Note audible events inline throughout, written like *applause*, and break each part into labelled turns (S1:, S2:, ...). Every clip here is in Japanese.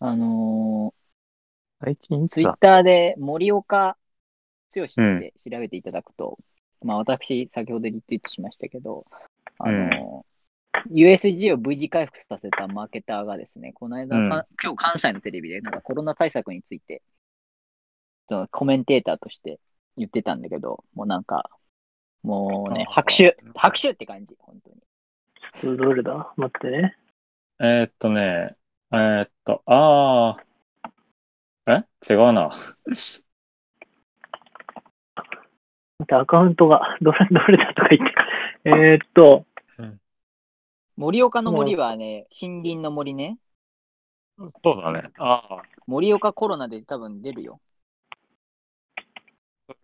S1: あの
S2: 最近い
S1: ツ
S2: つ
S1: イッ
S2: だ
S1: ター Twitter で森岡剛って
S2: うん
S1: 調べていただくと、まあ私、先ほどリツイートしましたけど、あの USG を V 字回復させたマーケターがですね、この間、
S2: うん
S1: か今日関西のテレビでなんかコロナ対策について、そのコメンテーターとして言ってたんだけど、もうなんか、もうね、
S2: あー
S1: 拍手、拍手って感じ、本当に。
S3: ちょっとどれだ待ってね。
S2: えーっとね、えーっと、あー、え違うな。
S3: 待って、アカウントが、 *laughs* どれ、どれだとか言ってか。えー、っと、
S1: 森岡の森はね、森林の森ね、
S2: そうだね。あ
S1: 森岡コロナで多分出るよ。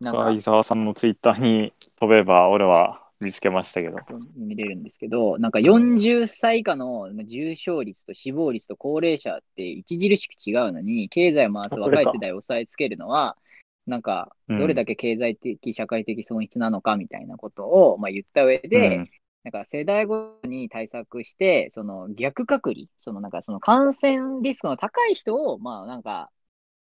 S1: なんか
S2: あ、伊沢さんのツイッターに飛べば、俺は見つけましたけど。
S1: 見れるんですけど、なんか40歳以下の重症率と死亡率と高齢者って著しく違うのに、経済を回す若い世代を抑えつけるのは、なんかどれだけ経済的、社会的損失なのかみたいなことを、まあ、言った上で、
S2: うん
S1: なんか世代ごとに対策して、その逆隔離、そのなんかその感染リスクの高い人を、まあなんか、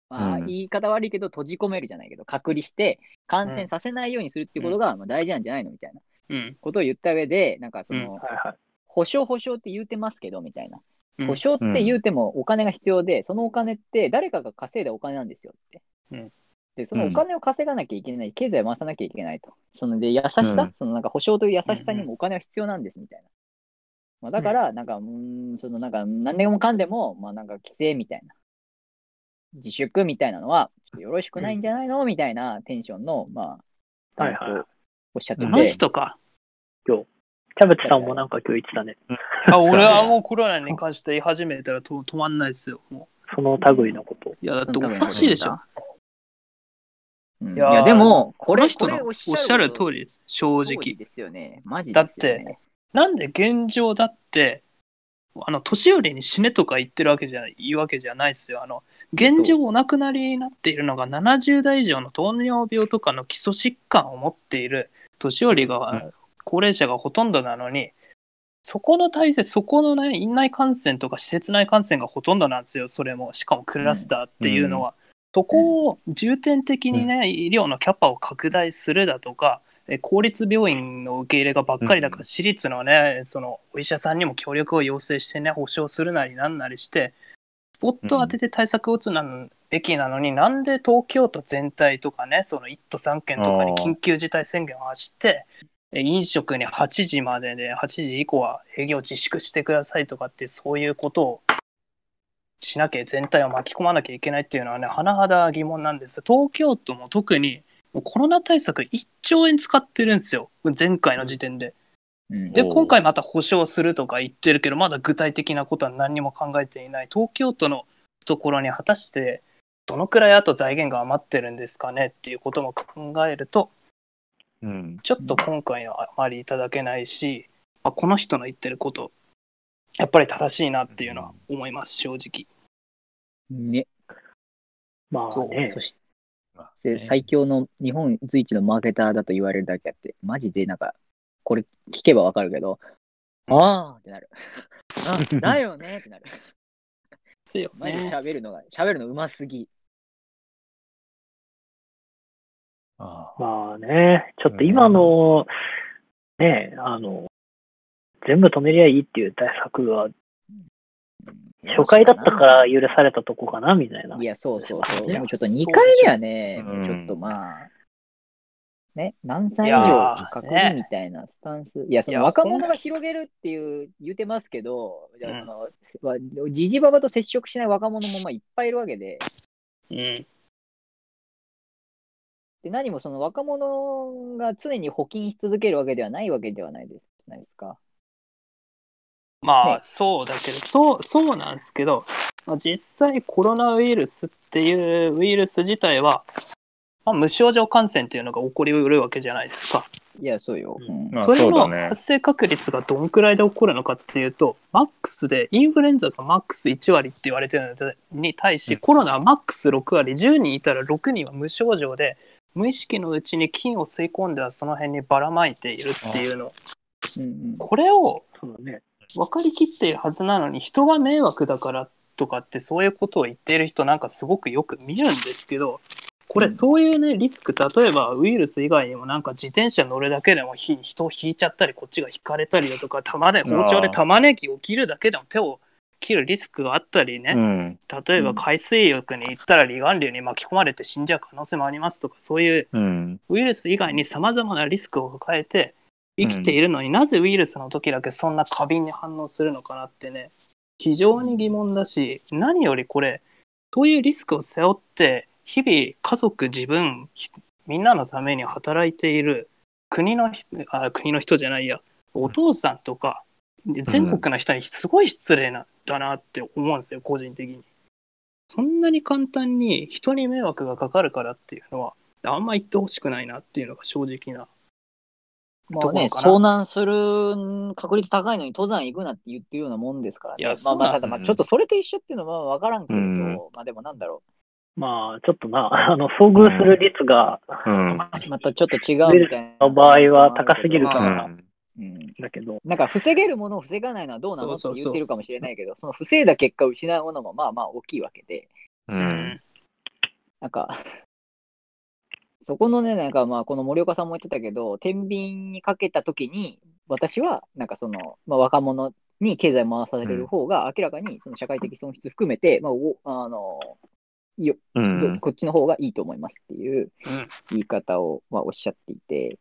S1: まあ
S2: うん
S1: 言い方悪いけど閉じ込めるじゃないけど、隔離して感染させないようにするっていうことがまあ大事なんじゃないのみたいな
S4: うん。
S1: ことを言った上で、なんかその、
S3: はいはい。
S1: 保証保証って言うてますけどみたいな
S4: う。ん
S1: 保証って言うてもお金が必要で、そのお金って誰かが稼いだお金なんですよって。
S4: うん
S1: で、そのお金を稼がなきゃいけない、経済を回さなきゃいけないと。そので、優しさ、
S2: うん
S1: そのなんか保証という優しさにもお金は必要なんですみたいな。まあ、だから、なんか、うーん、そのなんか、何でもかんでも、まあなんか規制みたいな。自粛みたいなのは、ちょっとよろしくないんじゃないのみたいなテンションの、まあ、スタンスをおっしゃってて
S2: うん
S4: あ。の人か。
S3: キャベツさんもなんか今日言ってたね。
S4: あ俺はもうコロナに関して言い始めたらと止まんないですよ。も
S3: その類のこと。
S4: ういや、だっておかしいでしょ。
S1: うんい
S4: いやー
S1: や、でも、こ
S4: こ
S1: れ、
S4: の人
S1: これ
S4: のお
S1: お
S4: っ
S1: っ
S4: し
S1: し
S4: ゃ
S1: ゃ
S4: る
S1: る
S4: 通りです。正
S1: そう
S4: 直。
S1: ですよね。マジ
S4: だ
S1: で
S4: っ
S1: すよね。
S4: てなんで現状だって、あの、年寄りに死ねとか言ってるわけじゃ、言うわけじゃないですよ。あの、現状お亡くなりになっているのが70代以上の糖尿病とかの基礎疾患を持っている年寄りが、
S2: うん
S4: 高齢者がほとんどなのに、そこの体制、そこの、ね、院内感染とか施設内感染がほとんどなんですよ、それも。しかもクラスターっていうのは。そこを重点的にね、医療のキャパを拡大するだとか、え公立病院の受け入れがばっかりだから、
S2: うん
S4: 私立のね、そのお医者さんにも協力を要請してね、保証するなりなんなりして、スポットを当てて対策を打つなべきなのに、なんで東京都全体とかね、その1都3県とかに緊急事態宣言を発して、え飲食に8時までで、8時以降は営業自粛してくださいとかって、そういうことをしなきゃ全体を巻き込まなきゃいけないっていうのはね甚だ疑問なんです東京都も特にもうコロナ対策1兆円使ってるんですよ前回の時点で、
S1: うん
S4: で
S2: おう
S4: 今回また補償するとか言ってるけどまだ具体的なことは何にも考えていない東京都のところに果たしてどのくらいあと財源が余ってるんですかねっていうことも考えると
S2: うん。
S4: ちょっと今回はあまりいただけないし、まあ、この人の言ってることやっぱり正しいなっていうのは思います正直。
S1: ね、
S3: まあ
S4: そう
S3: ね
S1: そ。して最強の日本随一のマーケターだと言われるだけあって、マジでなんか、これ聞けばわかるけど、あーって *laughs* なる。あだよねってなる。
S4: ですよ
S1: マジで喋るのが、喋るのうますぎ。
S2: あ
S3: まあね。ちょっと今の、ね、あの、全部止めりゃいいっていう対策は、初回だったから許されたとこかな、みたいな。
S1: いや、そうそうそう。
S4: いや
S1: でもちょっと
S4: そうでし
S1: 2
S4: ょ
S1: 回目はね、
S2: うん
S1: ちょっとまあ、ね、何歳以
S4: い
S1: 上
S4: やー
S1: 隔離みたいなスタンス。いや、そ
S4: い
S1: の
S4: や
S1: 若者が広げるっていう言うてますけど、じゃあ
S4: うん
S1: そのわじじばばと接触しない若者もまあいっぱいいるわけで、
S4: うん
S1: で何もその若者が常に補菌し続けるわけではないわけではないです。ないですか
S4: まあ、
S1: ね
S4: そうだけどそうそうなんですけどまあ実際コロナウイルスっていうウイルス自体は、まあ、無症状感染っていうのが起こりうるわけじゃないですか。
S1: いや、そうよ。うん
S2: ーまあ、
S4: それ
S2: そうだ
S4: の
S2: ね。
S4: 発生確率がどんくらいで起こるのかっていうとマックスでインフルエンザがマックス1割って言われてるのに対しコロナはマックス6割10人いたら6人は無症状で無意識のうちに菌を吸い込んではその辺にばらまいているっていうの
S1: うんうん
S4: これを
S3: そうだね。
S4: 分かりきっているはずなのに人が迷惑だからっとかってそういうことを言っている人なんかすごくよく見るんですけど、これそういうね、リスク、例えばウイルス以外にもなんか自転車乗るだけでもひ人を引いちゃったり、こっちが引かれたりだとか、玉ね包丁で玉ねぎを切るだけでも手を切るリスクがあったりね、
S2: うん。
S4: 例えば海水浴に行ったら離岸流に巻き込まれて死んじゃう可能性もありますとか、そういう
S2: うん。
S4: ウイルス以外にさまざまなリスクを抱えて生きているのに、なぜウイルスの時だけそんな過敏に反応するのかなってね非常に疑問だし何よりこれそういうリスクを背負って日々家族自分ひみんなのために働いている国のひあ国の人じゃないやお父さんとか全国の人にすごい失礼な、だなって思うんですよ個人的に。そんなに簡単に人に迷惑がかかるからっていうのはあんま言ってほしくないなっていうのが正直な
S1: ま
S4: と
S1: あ
S4: こ
S1: ね、
S4: ろかな。
S1: 遭難する確率高いのに登山行くなって言ってるようなもんですからね。
S4: いや
S1: まあまあ、
S4: そうなん
S1: た
S4: です
S1: だ
S2: よ
S1: まあ、ちょっとそれと一緒っていうのはまあ分からんけれど、
S2: うん
S1: まあでもなんだろ
S3: まあ、ちょっとな、あ *laughs* の、遭遇する率が、
S2: うん。
S1: う。またちょっと違うみたいな。
S3: の場合は高すぎるか
S2: う
S3: ら
S2: ん。
S1: うん
S3: だけど、
S1: なんか防げるものを防がないのはどうなのって
S4: そうそうそ
S1: 言
S4: う
S1: ってるかもしれないけど、その防いだ結果を失うものもまあまあ大きいわけで、
S2: う。
S4: うんん
S1: なんか、 *laughs* そこのね、なんかまあこの森岡さんも言ってたけど、天秤にかけたときに、私はなんかその、まあ、若者に経済回される方が明らかにその社会的損失含めて、まあおあのよ
S2: う
S1: ど
S2: ん。
S1: こっちの方がいいと思いますっていう
S4: うん
S1: 言い方を、まあ、おっしゃっていて、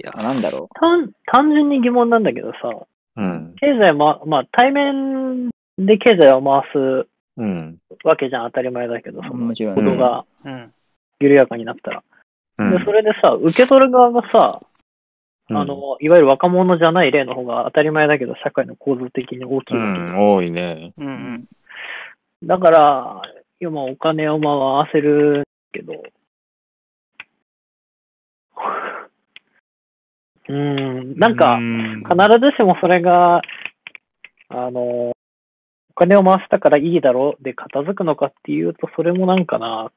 S4: いや
S1: まあなんだろ
S3: 単、単純に疑問なんだけどさ、
S2: うん。
S3: 経済ま、まあ、対面で経済を回す
S2: うん。
S3: わけじゃん、当たり前だけど、
S1: う、
S3: そ
S1: も
S3: の、
S1: ちろ
S3: 行
S1: ん、
S3: 動
S1: ね、
S3: が
S4: うん
S3: 緩やかになったら。
S2: うん
S3: で、それでさ、受け取る側がさ、あ、の、いわゆる若者じゃない例の方が当たり前だけど、社会の構造的に大きい、
S2: うん。多いね。
S4: うんうん
S3: だから、今お金を回せるけど、うーん、なんか
S2: う、ん
S3: 必ずしもそれが、あの、お金を回したからいいだろうで片付くのかっていうと、それもなんかな、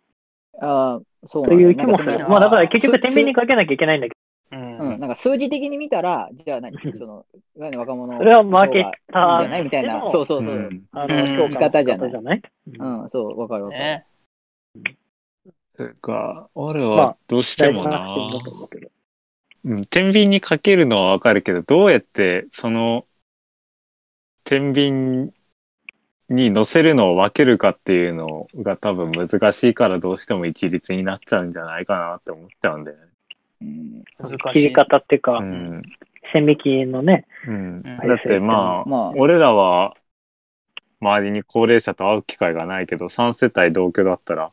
S1: あーそう
S3: と
S1: なんだ
S3: いう気もす
S1: なん
S3: る。
S1: その
S3: まあだから結局、
S1: す
S3: 天秤にかけなきゃいけないんだけ
S4: うん
S1: うん、なんか数字的に見たら、じゃあ何その、何若者
S3: ど、それはマーケッタ
S1: がいいんじゃ
S3: ー
S1: ないみたいな。
S3: の
S1: そうそうそうう。
S2: ん
S3: あ
S4: う
S3: の、評
S4: ん
S3: 価の
S1: 見方じゃない
S3: 仕方ないうん
S1: うん、そう、わかるわかる。
S4: ね
S2: てか、俺
S3: ま
S2: は
S3: あ
S2: どうして
S3: 大
S2: も
S3: 事
S2: な
S3: な発見だと思うけど。
S2: うん天秤にかけるのはわかるけど、どうやってその、天秤に乗せるのを分けるかっていうのが多分難しいからどうしても一律になっちゃうんじゃないかなって思っちゃうんだよね。
S1: うん
S4: 難
S3: 切
S4: し
S3: り
S4: い。
S3: 方っていうか、
S2: うん。
S3: 線引きのね、
S2: うん。
S4: うん
S2: だってまあ、
S1: まあ、
S2: 俺らは周りに高齢者と会う機会がないけど、3世帯同居だったら、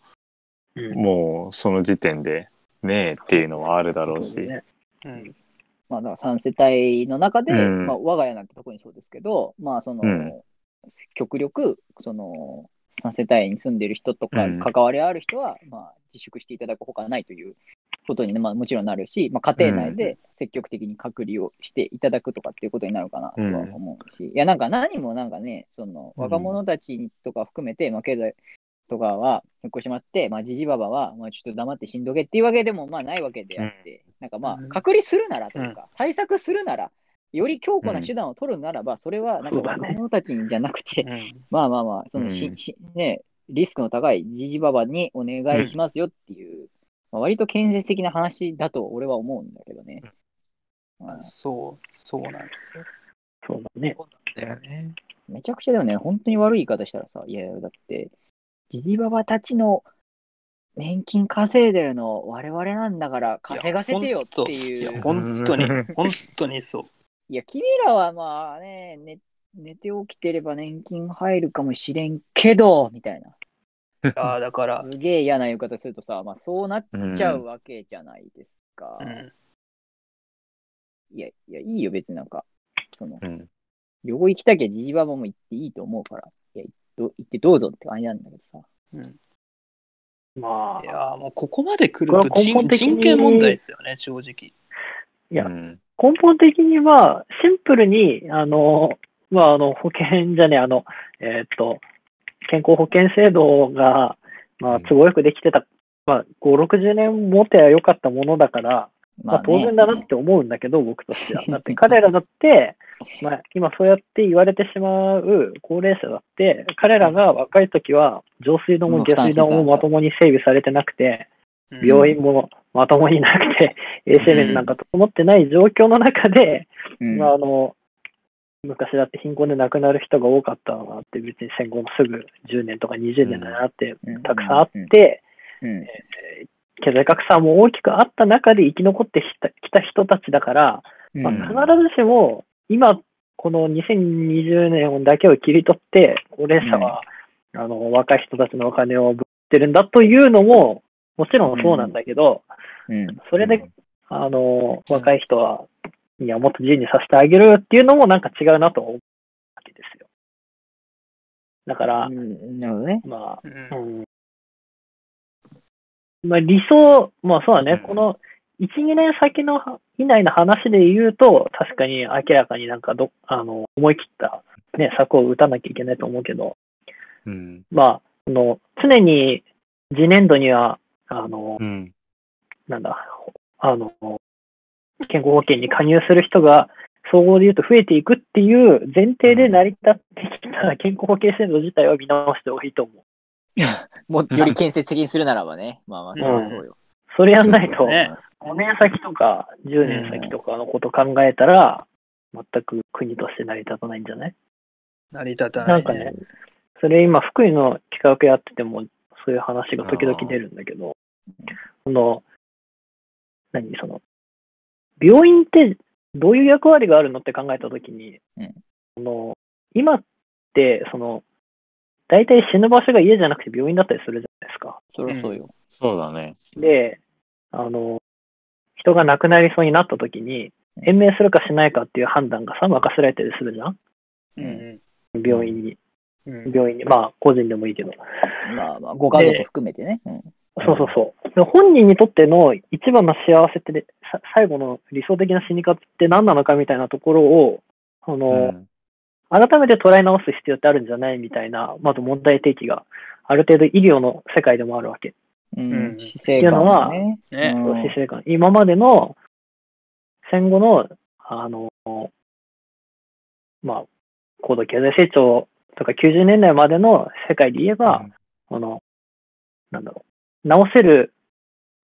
S3: うん
S2: もうその時点で、ねえっていうのはあるだろう
S3: そう
S2: し。
S3: だね
S4: うん
S1: まあ、だから3世帯の中で、
S2: うん
S1: まあ、我が家なんて特にそうですけど、まあ、その、
S2: うん
S1: 極力、その、3世帯に住んでる人とか
S2: うん、
S1: 関わりある人は、まあ、自粛していただくほかないということにね、まあ、もちろんなるし、まあ、家庭内で積極的に隔離をしていただくとかっていうことになるかなとは思うし、いや、なんか何もなんかね、その、
S2: うん
S1: 若者たちとか含めて、まあ、経済とかは、引っ越しまって、まあ、じじばばは、まあ、ちょっと黙ってしんどけっていうわけでも、まあ、ないわけであって、なんかま
S4: うん
S1: あ、隔離するならというか、対策するなら、より強固な手段を取るならば、それは、なんか
S3: そうだね
S1: 若者たちにじゃなくて、
S4: うん
S1: まあまあまあ、その
S2: う
S1: し
S2: ん、
S1: しね、リスクの高いじじばばにお願いしますよっていう、まあ、割と建設的な話だと俺は思うんだけどね。まあ
S4: そう、そうなんですよ。
S3: そうだね。
S2: だよね。
S1: めちゃくちゃだよね、本当に悪い言い方したらさ、いやいや、だって、ジジババたちの年金稼いでるの、我々なんだから稼がせてよってい。
S4: いうや
S1: いや、
S4: 本当に
S2: うん、
S4: 本当
S3: *laughs*
S4: にそう。
S1: 君らはまあねね、寝て起きてれば年金入るかもしれんけど、みたいな。
S4: ああ、だから、
S1: すげえ嫌な言い方するとさ、まあそうなっ
S2: うん
S1: ちゃうわけじゃないですか。
S4: うん
S1: いや、いや、いいよ、別になんか。その、
S2: うん。
S1: 旅行行きたきゃジジババも行っていいと思うから、いや、ど行ってどうぞって感じなんだけどさ。
S3: ま
S4: い
S3: あ、
S4: やー、もうここまで来る
S3: これ
S4: と
S3: は根
S4: 人
S3: 本的に
S4: 人権問題ですよね、正直。
S3: いや
S2: うん
S3: 根本的には、シンプルに、あの、まあ、あの、保険じゃねえ、あの、えーっと、健康保険制度が、ま
S2: う
S3: あ、
S2: ん
S3: 都合よくできてた、まあ、5、60年もては良かったものだから、まあ、当然だなって思うんだけど、僕と
S1: *laughs*
S3: しては。だって彼らだって、まあ、今そうやって言われてしまう高齢者だって、彼らが若い時は上水道も下水道もまともに整備されてなくて、
S4: うん
S3: 病院もまともになくて、衛生面なんか整ってない状況の中で、
S1: うん
S3: まあ、あの昔だって貧困で亡くなる人が多かったのがあって、別に戦後のすぐ10年とか20年だなって、
S1: うん
S3: たくさんあって、
S1: うん
S3: 経済格差も大きくあった中で生き残ってきたきた人たちだから、
S1: うん
S3: まあ、必ずしも今、この2020年だけを切り取って、高齢者は、あの若い人たちのお金をぶってるんだというのも、もちろんそうなんだけど、
S1: うん
S3: それで、あの若い人は、いや、もっと自由にさせてあげるっていうのもなんか違うなと思うわけですよ。だから
S1: う、んなるほどね。
S3: まあ、
S4: うん
S3: うんまあ、理想、まあそうだね、
S2: うん
S3: この1、2年先のは以内の話で言うと、確かに明らかになんかどあの思い切った、ね、策を打たなきゃいけないと思うけど、
S2: うん。
S3: まあ、あの常に次年度には、あの
S2: うん。
S3: なんだ、あの健康保険に加入する人が総合で言うと増えていくっていう前提で成り立ってきた健康保険制度自体は見直してもいいと思う。
S1: もうより建設的にするならばね。まあまあ、そりゃそうよ。
S3: それやんないと、
S4: ね
S3: 5年先とか10年先とかのこと考えたら、全く国として成り立たないんじゃない
S4: 成り立た
S3: な
S4: なんい
S3: かね、それ今、福井の企画やってても、そういう話が時々出るんだけど、その、何、その、病院ってどういう役割があるのって考えたときに、
S1: うん
S3: その今って、その、大体死ぬ場所が家じゃなくて病院だったりするじゃないですか。
S1: そりゃそうよ。
S2: そうだね。
S3: で、あの、人が亡くなりそうになった時に、延命するかしないかっていう判断がさ、任せられたりするじゃん
S4: うんうん
S3: 病院に、
S4: うん
S3: 病院に、まあ、個人でもいいけど。
S1: まあまあ、ご家族含めてね。うん
S3: そうそうそう。で本人にとっての一番の幸せってね、さ最後の理想的な死に方って何なのかみたいなところを、あ
S2: う
S3: の、
S2: ん。
S3: 改めて捉え直す必要ってあるんじゃないみたいな、まず問題提起が、ある程度医療の世界でもあるわけ。
S1: う。
S4: うんん
S1: 死生観もね。
S4: ね
S1: うん
S3: 死生観。今までの戦後の、あの、まあ、高度経済成長とか90年代までの世界で言えば、この、なんだろう、治せる、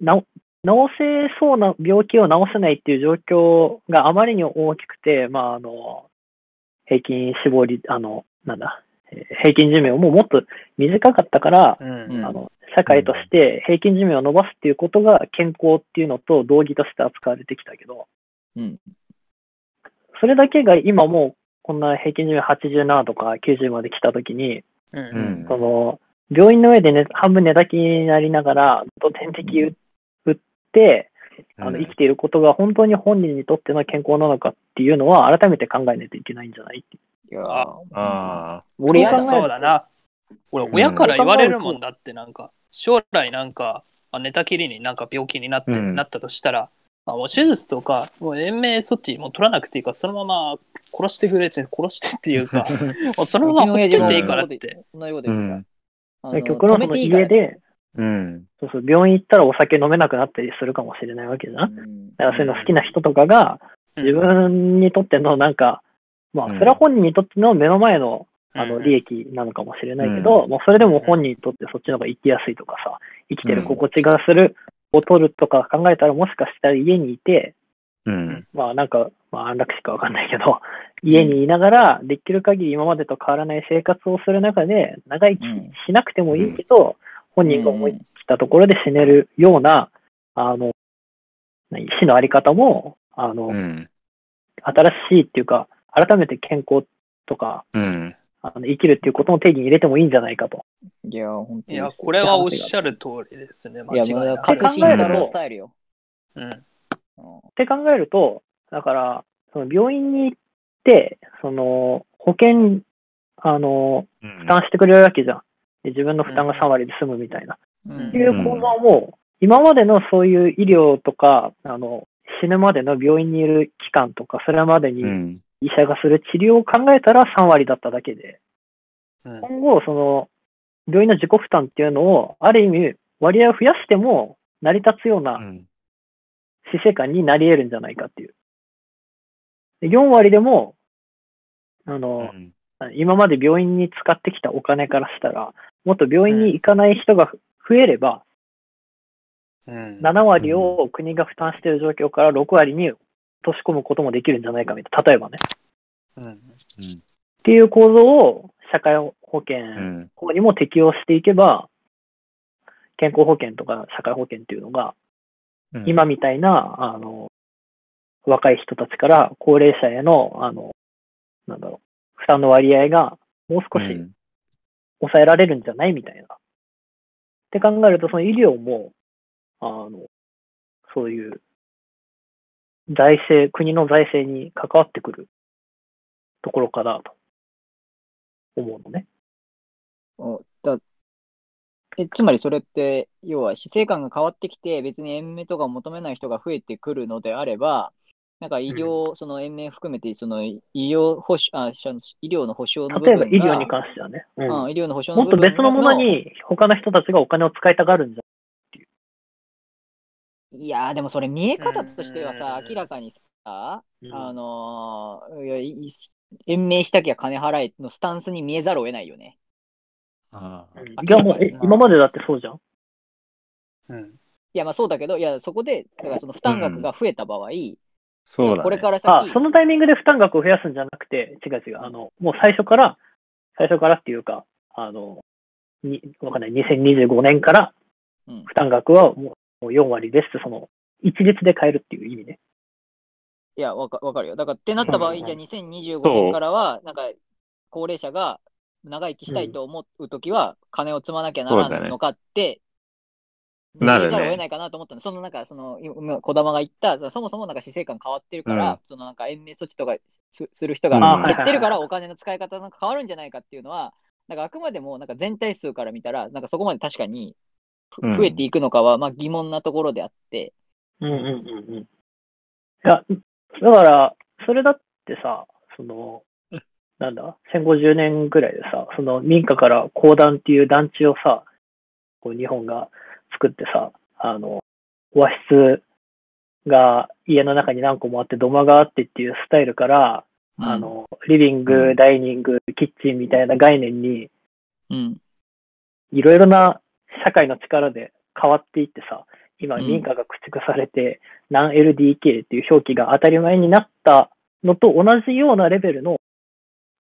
S3: な治せそうな病気を治せないっていう状況があまりに大きくて、まあ、あの、平均死亡率、あの、なんだ、えー平均寿命ももっと短かったから、
S4: うん
S1: うん
S3: あの社会として平均寿命を伸ばすっていうことが健康っていうのと同義として扱われてきたけど、
S1: うん
S3: それだけが今もうこんな平均寿命87とか90まで来た時に、
S4: う
S2: うんん。
S3: その病院の上で、ね、半分寝たきりになりながらずっと点滴打打って、あの生きていることが本当に本人にとっての健康なのかっていうのは改めて考えないといけないんじゃないって
S1: いやー
S2: ああ。
S1: 俺や
S3: 考
S1: だ
S3: えると
S4: そうだな。俺、親から言われるもんだって、なんか、将来なんか、あ寝たきりになんか病気になって、
S2: うん
S4: なったとしたら、まあ、もう手術とか、もう延命措置もう取らなくていいから、そのまま殺してくれって、殺してってい
S2: *laughs*
S4: うか、もうそのまま放っておいていいからって。
S1: そんなようで
S2: う
S1: 言ってた
S2: ん。
S1: あ
S3: で
S1: の
S3: 極論そ
S1: 止め
S3: の
S1: ていいから
S3: 家で
S2: うん。
S3: そうそう病院行ったらお酒飲めなくなったりするかもしれないわけじゃん。
S1: うん
S3: だからそういうの好きな人とかが、自分にとってのなんか、まあ、
S2: う
S3: そ
S2: ん
S3: れは本人にとっての目の前のあの利
S4: 益。
S3: 益なのかもしれないけど、
S2: うん
S3: まあ、それでも本人にとってそっちの方が生きやすいとかさ、生きてる心地がするを取るとか考えたら、もしかしたら家にいて、
S2: うん。
S3: まあなんか、まあ安楽死かわかんないけど、家にいながら、できる限り今までと変わらない生活をする中で、長生き
S1: うん
S3: しなくてもいいけど、本人が思い切ったところで死ねるような、あの、何死のあり方も、あの、
S2: うん。
S3: 新しいっていうか、改めて健康とか、
S2: うん。
S3: あの生きるっていうことの定義に入れてもいいんじゃないかと。
S1: いやー、本当
S4: い
S1: に。
S4: や、これはおっしゃる通りですね、間
S1: い
S4: 違い
S1: や、も
S4: な
S1: う、
S4: く
S1: 確信
S3: 考え
S1: だ
S3: たら
S1: ろスタイルよ。
S4: うん
S1: うん
S3: って考えると、だから、その病院に行って、その、保険、あの、負担してくれるわけじゃん。で自分の負担が3割で済むみたいな。
S1: うん
S3: っていう構造も、今までのそういう医療とか、あの、死ぬまでの病院にいる期間とか、それまでに
S2: うん。
S3: 医者がする治療を考えたら3割だっただけで、
S4: うん
S3: 今後、その、病院の自己負担っていうのを、ある意味、割合を増やしても成り立つような
S2: うん。
S3: 死生観になり得るんじゃないかっていう。で4割でも、あの、今まで病院に使ってきたお金からしたら、もっと病院に行かない人が増えれば、
S4: うん
S3: 7割を国が負担している状況から6割に落とし込むこともできるんじゃないかみたいな、例えばね。っ
S4: うん
S3: ていう構造を社会保険
S2: うん
S3: 法にも適用していけば、健康保険とか社会保険っていうのが、
S2: うん
S3: 今みたいな、あの、若い人たちから高齢者への、あの、なんだろう、負担の割合がもう少し
S2: うん
S3: 抑えられるんじゃないみたいな。って考えると、その医療も、あの、そういう、財政、国の財政に関わってくるところかなと思うのね。
S1: おだえつまりそれって、要は死生観が変わってきて、別に延命とかを求めない人が増えてくるのであれば、なんか医療、その延命含めて、その医療保障あ、しゃ医療の保障の部
S3: 例えば
S1: 分
S3: 医療に
S1: が、
S3: 関してはね。うん
S1: うん、医療の保障
S3: も
S1: の部
S3: っと
S1: 分
S3: 別のものに他の人たちがお金を使いたがるんじゃ
S1: いやー、でもそれ見え方としてはさ
S4: う、ん
S1: 明らかにさ、あ
S3: ない、
S1: のーいやい延命したきゃ金払えのスタンスに見えざるを得ないよね。
S2: ああ
S3: うんじゃあもう、え
S1: まあ
S3: 今までだってそうじゃん。
S4: うん
S1: いや、まあそうだけど、いや、そこで、だからその負担額が増えた場合、
S2: そうだね。
S1: これから先、
S3: あ、そのタイミングで負担額を増やすんじゃなくて、違う違う、あの、もう最初から、最初からっていうか、あの、に、わかんない、2025年から
S1: うん
S3: 負担額はもうもう4割ですって、その、一律で変えるっていう意味ね。
S1: いや、わかわかるよ。だから、ってなった場合、
S3: うん
S1: じゃあ2025
S2: そう
S1: 年からは、なんか、高齢者が長生きしたいと思うときは、金を積まなきゃならんのかって、
S2: なるね
S1: 見ざるを得ないかなと思ったの。そのなんか、その、今、児玉が言った、そもそもなんか死生観変わってるから、
S2: うん
S1: そのなんか延命措置とかすする人
S2: うん
S1: が
S2: あ
S1: 減ってるから、お金の使い方なんか変わるんじゃないかっていうのは、なんかあくまでもなんか全体数から見たら、なんかそこまで確かにふ
S2: うん
S1: 増えていくのかは、まあ疑問なところであって、
S3: うんうんうんうん。いや、だから、それだってさ、その、なんだ、1050年ぐらいでさ、その民家から公団っていう団地をさ、こう日本が作ってさ、あの、和室が家の中に何個もあって土間があってっていうスタイルから、
S1: うん
S3: あ、の、リビン
S2: う
S3: グ、
S2: ん
S3: ダイニング、キッチンみたいな概念に、
S1: うん、
S3: いろいろな社会の力で変わっていってさ、今、
S1: うん
S3: 民家が駆逐されて、何 LDK っていう表記が当たり前になったのと同じようなレベルの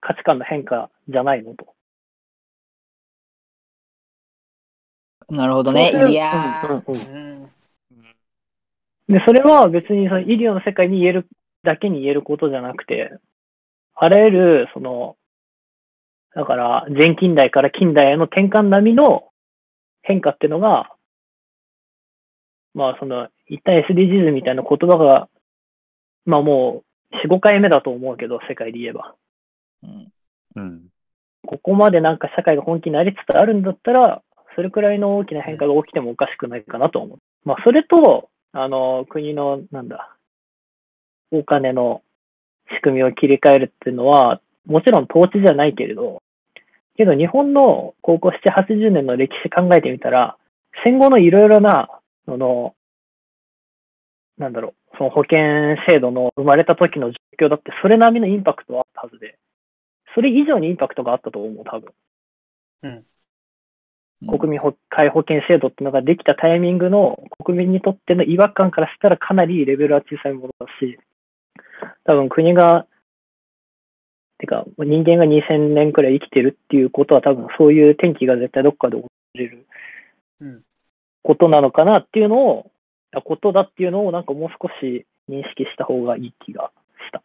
S3: 価値観の変化じゃないのと。
S1: なるほどね。
S3: そういう
S1: いやー、
S3: うんうんう
S4: うん
S3: んで、それは別にその医療の世界に言える、だけに言えることじゃなくて、あらゆる、その、だから、前近代から近代への転換並みの変化ってのが、まあ、その、一旦 SDGs みたいな言葉が、まあもう、4、5回目だと思うけど、世界で言えば。
S1: うん
S2: うん。
S3: ここまでなんか社会が本気になりつつあるんだったら、それくらいの大きな変化が起きてもおかしくないかなと思う。まあ、それと、あの、国の、なんだ、お金の仕組みを切り替えるっていうのは、もちろん統治じゃないけれど、けど日本の高校7、80年の歴史考えてみたら、戦後のいろいろな、その、なんだろう、その保険制度の生まれた時の状況だって、それなりのインパクトはあったはずで、それ以上にインパクトがあったと思う、多分。国民保皆保険制度っていうのができたタイミングの国民にとっての違和感からしたらかなりレベルは小さいものだし、多分国が、てか人間が2000年くらい生きてるっていうことは多分そういう転機が絶対どっかで訪れる
S4: うん
S3: ことなのかなっていうのを、あことだっていうのをなんかもう少し認識した方がいい気がした。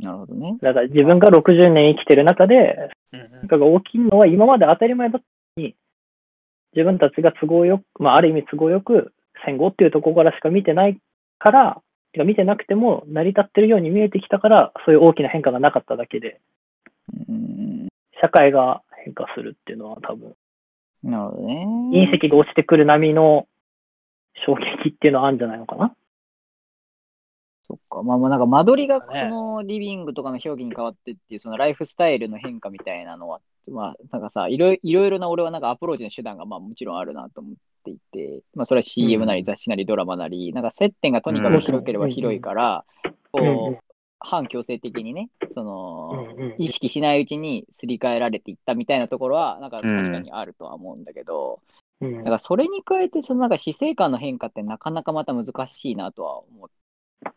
S1: なるほどね。
S3: だから自分が60年生きてる中で、
S4: うん
S3: 変化が大きいのは今まで当たり前だったのに、自分たちが都合よく、まあ、ある意味都合よく戦後っていうところからしか見てないから、てか見てなくても成り立ってるように見えてきたから、そういう大きな変化がなかっただけで、
S1: うん
S3: 社会が変化するっていうのは多分、
S1: なるほどね。
S3: 隕石が落ちてくる波の衝撃っていうのはあるんじゃないのかな。
S1: そっか。まあまあなんか間取りが
S4: ね
S1: そのリビングとかの表記に変わってっていう、そのライフスタイルの変化みたいなのは、まあなんかさ、いろいいろいろな俺はなんかアプローチの手段がまあもちろんあるなと思っっていて、まあ、それは CM なり雑誌なりドラマなり、なんか接点がとにかく広ければ広いから、こう、反強制的にね、その、意識しないうちにすり替えられていったみたいなところは、なんか確かにあるとは思うんだけど、だからそれに加えて、そのなんか死生観の変化ってなかなかまた難しいなとは思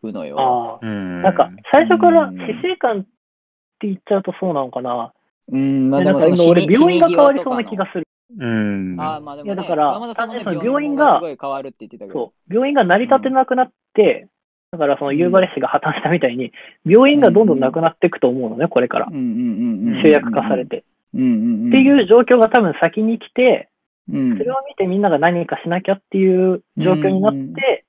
S1: うのよ。
S3: ああ
S2: うん。
S3: なんか、最初から
S1: うん
S3: 死生観って言っちゃうとそうなのかな。
S1: うん、まあで
S3: ねなん
S1: も
S3: か
S1: その
S3: 今
S1: 死
S3: 俺、
S1: に
S3: 病院が変わりそうな
S1: 死
S3: 気
S1: に際とかの
S3: がする。
S2: うん。
S1: ああ、まあでも、ね、
S3: いやだから
S1: 山田さんもね
S3: 単純にその
S1: 病
S3: 病
S1: 院
S3: 院
S1: が
S3: が
S1: すごい変わるって言ってたけど
S3: そ。う。病院が成り立てなくなって、だからその夕張市が破綻したみたいに、病院がどんどんなくなっていくと思うのね、これから
S1: う。んうんうんうん
S3: 集約化され
S1: て。
S3: て。
S1: うんうんうん、
S3: っていう状況が多分先に来て、
S1: うん、
S3: それを見てみんなが何かしなきゃっていう状況になっ
S1: うん
S3: て、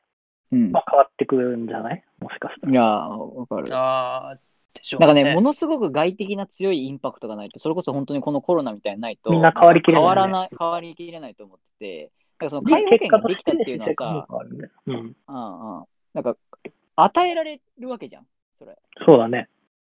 S1: うん
S3: まあ、変わってくるんじゃないもしかした
S1: い
S3: ら。
S1: やー、わかる。
S4: ああ、でしょう
S1: なんかね、ものすごく外的な強いインパクトがないと、それこそ本当にこのコロナみたいにないと、
S3: みんな変わりきれな
S1: 変
S3: いよ
S1: わ
S3: ね
S1: らない、変わりきれないと思ってて、なんかその介護
S3: 結
S1: 権
S3: 果
S1: が
S3: と
S1: で
S3: し
S1: きたっていうのはさ、
S3: てうん、
S1: うんうん、なんか与えられるわけじゃん、それ。
S3: そうだね。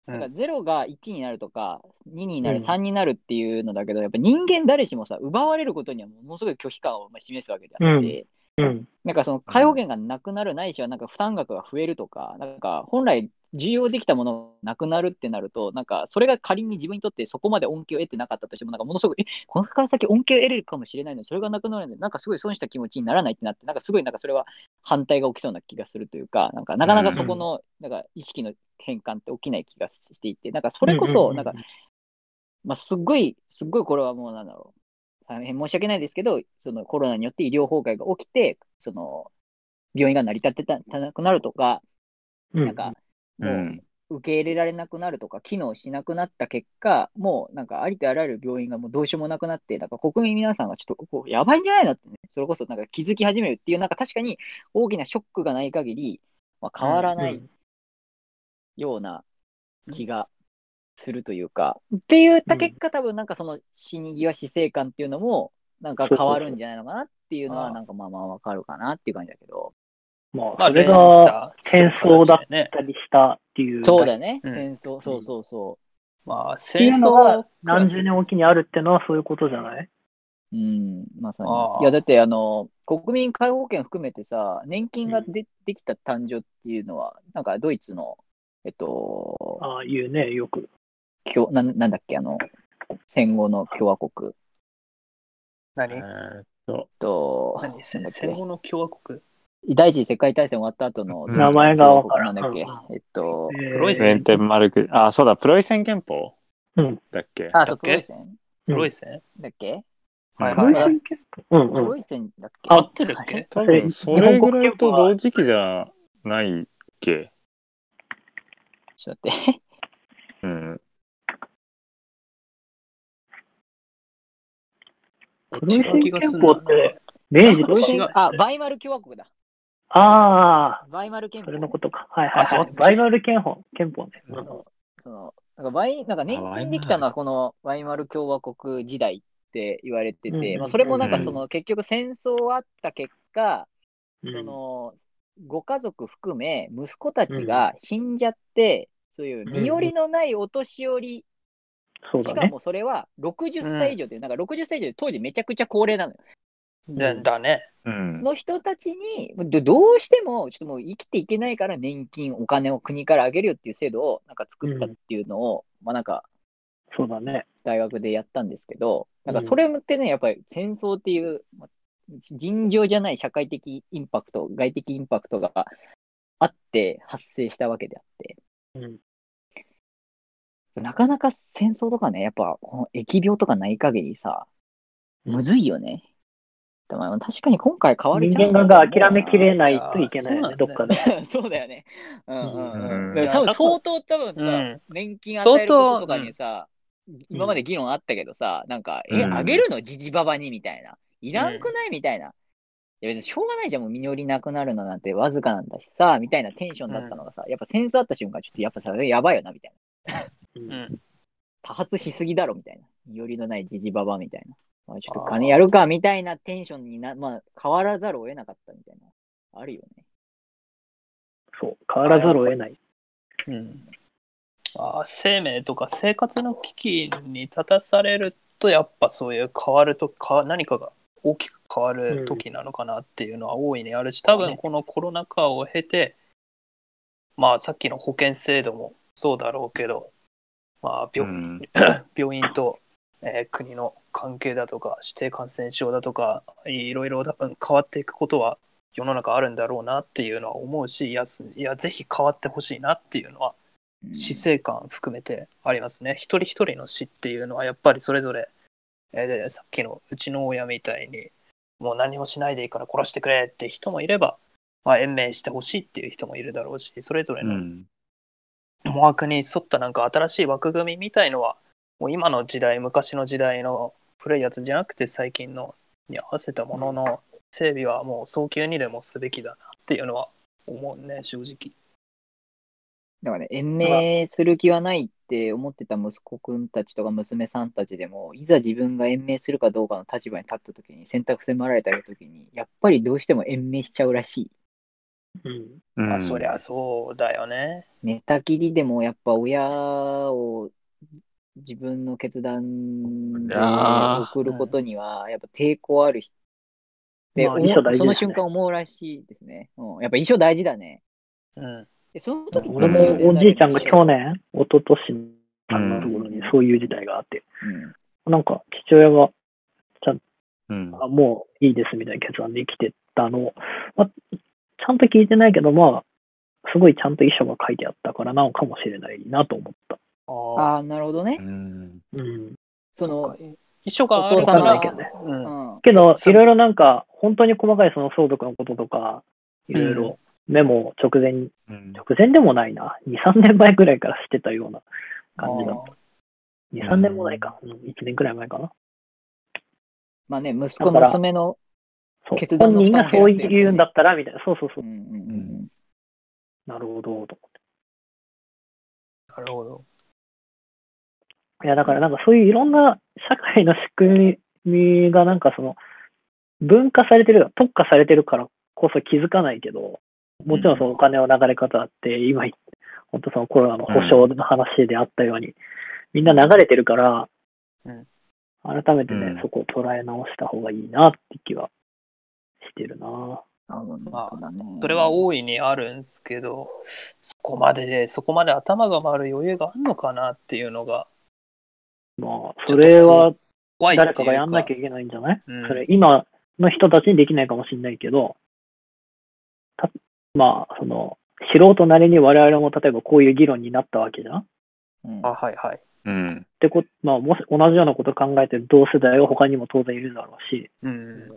S4: う
S1: なんんか0が1になるとか、2になる、
S3: うん
S1: 3になるっていうのだけど、やっぱ人間誰しもさ、奪われることにはものすごい拒否感を示すわけであって、
S3: うんうん。
S1: なんかその介護権がなくなるないしは、なんか負担額が増えるとか、なんか本来需要できたものがなくなるってなると、なんかそれが仮に自分にとってそこまで恩恵を得てなかったとしても、なんかものすごく、え、このから先恩恵を得れるかもしれないのに、それがなくなるので、なんかすごい損した気持ちにならないってなって、なんかすごいなんかそれは反対が起きそうな気がするというか、なんかなかなかそこの、なんか意識の変換って起きない気がしていて、なんかそれこそ、なんか、まあ、すっごい、すっごいこれはもうなんだろう。大変申し訳ないですけど、そのコロナによって医療崩壊が起きて、その病院が成り立ってたたなくなるとか、
S3: うん、
S1: なんか、
S2: う
S1: も
S2: ん。
S1: う受け入れられなくなるとか、機能しなくなった結果、もうなんかありとあらゆる病院がもうどうしようもなくなって、なんか国民皆さんがちょっとこうやばいんじゃないのってね、それこそなんか気づき始めるっていう、なんか確かに大きなショックがない限り、まあ、変わらないような気がするというか、って言った結果、多分なんかその死に際死生観っていうのも、なんか変わるんじゃないのかなっていうの
S4: そ
S1: は、
S4: うそうそう
S1: なんかまあまあわかるかなっていう感じだけど、
S3: ま
S4: ま
S3: あ、
S4: あ
S3: それ
S4: 連鎖
S3: が、戦争だ
S4: そういう形でね
S3: たりしたっていう。
S1: そうだよね、
S4: うん
S1: 戦争、そうそうそ、
S4: まあ、
S3: ってい
S4: 戦
S3: うの
S4: 争
S3: が、何十年おきにあるってのはそういうことじゃないう
S1: うん、まさに
S4: あ。あ
S1: いや、だって、あの、国民介護保険含めてさ、年金がでできた誕生っていうのは、なんかドイツの、えっと、
S3: ああいうね、よく。
S1: 共なんなんだっけ、あの、戦後の共和国
S2: え
S4: 何
S2: ーっと、
S1: と、
S4: 何
S1: なん
S4: 戦
S1: だっけ
S4: 戦後の共和国
S1: 第一次世界大戦終わった後の、
S2: 名
S3: 前がわから
S1: なんんだっけ、えっと、
S4: ロイ
S2: プレンテンマルク、あ、そうだ、プロイセン憲法
S3: うん
S2: だっけ
S1: あ、そう、
S4: だっけ
S1: プロイセン
S4: プロイセン
S1: だっけ
S4: はい
S1: はい
S3: ロイセン憲法うん
S1: プロ
S3: うん。
S1: イセンだっけ
S4: 合ってるっけ
S2: 多分、それぐらいと同時期じゃないっけ
S1: ちょっと待って。
S2: うん。
S3: プロイセン憲法っ
S4: 違う
S3: て、明治
S1: プロイセン
S4: 違う
S1: あ、バイマル共和国だ。
S3: ああ、
S1: バイマル憲
S3: そ
S1: 法
S3: れ。のことか。はいはい、
S4: あそ
S3: は
S4: っ
S3: い。
S4: ち
S3: バイバル憲法。憲法ね。うん
S1: そうそのなんかバイなんか年金できたのはこのワイマル共和国時代って言われて
S3: うんうんうん
S1: て、まあ、それもなんかその結局戦争あった結果、そのご家族含め息子たちが死んじゃって、そういう身寄りのないお年寄り
S3: そう
S1: し
S3: だ
S1: か
S3: ね。
S1: もそれは60歳以上で、なんか60歳以上で当時めちゃくちゃ高齢なのよ。
S4: だだね。
S2: うん。
S1: の人たちに、どどうしてもちょっともう生きていけないから年金、お金を国からあげるよっていう制度をなんか作ったっていうのを、まあなんか
S3: そうだね。
S1: 大学でやったんですけど、なん
S3: う
S1: か
S3: ん
S1: それってね、やっぱり戦争っていう、まあ尋常じゃない社会的インパクト、外的インパクトがあって発生したわけであって、
S3: うん
S1: なかなか戦争とかね、やっぱこの疫病とかない限りさ、むずいよね。でも確かに今回変わる
S3: 人
S1: チャンス
S3: 間が諦めきれないといけない
S4: い
S3: よ
S4: や
S3: ね、
S4: ー
S3: どっかで。
S1: *laughs* そうだよね。うんうんうん。
S2: うん
S1: だから多分相当多分さ、
S4: うん
S1: 年金与えることとかにさ、
S3: ん
S1: 今まで議論あったけどさ、なんか、
S2: うん
S1: え、あげるのじじばばにみたいな。いらんくないみたいな。いや別にしょうがないじゃん、もう身寄りなくなるのなんてわずかなんだしさ、みたいなテンションだったのがさ、やっぱ戦争あった瞬間、ちょっとやっぱさ、やばいよな、みたいな。
S4: うん。
S1: 多発しすぎだろ、みたいな。身寄りのないじじばばみたいな。まあ、ちょっと金やるか、みたいなテンションにな、まあ、変わらざるを得なかったみたいな。あるよね。
S3: そう。変わらざるを得ない。
S4: うんまあ、生命とか生活の危機に立たされるとやっぱそういう変わるとか何かが大きく変わる時なのかなっていうのは大いにあるし、多分このコロナ禍を経て、まあさっきの保険制度もそうだろうけど、まあ病,、
S2: うん
S4: 病院と、えー国の関係だとか、指定感染症だとか、いろいろ多分変わっていくことは世の中あるんだろうなっていうのは思うし、いや、すいやぜひ変わってほしいなっていうのは死生観含めてありますね。一人一人の死っていうのはやっぱりそれぞれ、えーでさっきのうちの親みたいに、もう何もしないでいいから殺してくれって人もいれば、まあ、延命してほしいっていう人もいるだろうし、それぞれ
S2: う
S4: の
S2: ん
S4: 思惑に沿ったなんか新しい枠組みみたいのは、もう今の時代、昔の時代の古いやつじゃなくて最近のに合わせたものの整備はもう早急にでもすべきだなっていうのは思うね、正直。
S1: だからね、延命する気はないって思ってた息子くんたちとか娘さんたちでも、いざ自分が延命するかどうかの立場に立った時に、選択迫られた時に、やっぱりどうしても延命しちゃうらしい。
S3: うん。
S2: うん
S4: まあ、そりゃそうだよね。
S1: 寝たきりでもやっぱ親を自分の決断で
S2: いやー
S1: 送ることには、やっぱ抵抗ある人。で、
S3: まあ
S1: 思う
S3: 遺書大事ですね
S1: その瞬間思うらしいですね。うん、やっぱ遺書大事だね。
S4: うん、
S1: でその時
S3: 俺もおじいちゃんが去年、一昨年あのところにそういう時代があって、
S1: うん
S3: なんか父親が
S2: うん
S3: あもういいですみたいな決断できてたのを、まあ、ちゃんと聞いてないけど、まあ、すごいちゃんと遺書が書いてあったからなのかもしれないなと思った。
S4: ああ、
S1: ああ、なるほどね
S2: う。ん
S3: うん、
S1: その、
S4: っか、遺書がある
S1: お父
S4: か
S1: さん
S4: ら
S1: が、
S4: うん
S1: うん
S3: けど、
S4: そう
S3: いろいろなんか、本当に細かいその相続のこととか、いろいろメモを直前に、
S2: うん
S3: 直前でもないな、2、3年前くらいからしてたような感じだった。2、3年もないか、うん、1年くらい前かな。
S1: まあね、息子、
S3: だから
S1: 娘の、
S3: そう
S1: 決断
S3: 本
S1: の負
S3: 人
S1: 担
S3: が
S1: を
S3: そう
S1: 減らすようにね
S3: 言うんだったら、みたいな。そうそうそうう。
S1: んうんうん
S3: なるほど、と思って。
S4: なるほど。
S3: いや、だからなんかそういういろんな社会の仕組みがなんかその、分化されてる、特化されてるからこそ気づかないけど、もちろんそのお金の流れ方って、今、本当そのコロナの保証の話であったように、みんな流れてるから、
S4: うん
S3: 改めてね、
S2: うん
S3: そこを捉え直した方がいいなって気はしてるな
S1: なるほど
S4: まあ
S1: そうだね
S4: それは大いにあるんですけど、そこまでで、そこまで頭が回る余裕があるのかなっていうのが
S3: まあ、それは
S4: 怖いってい
S3: 誰
S4: うか。
S3: かがやんなきゃいけないんじゃない
S4: うん
S3: それ今の人たちにできないかもしれないけど、たまあ、その、素人なりに我々も例えばこういう議論になったわけじゃんっ
S1: うん
S4: あ、はいはい。
S2: うん
S3: てこ、まあ、もし同じようなことを考えてる同世代は他にも当然いるだろうし、
S4: うん。
S3: も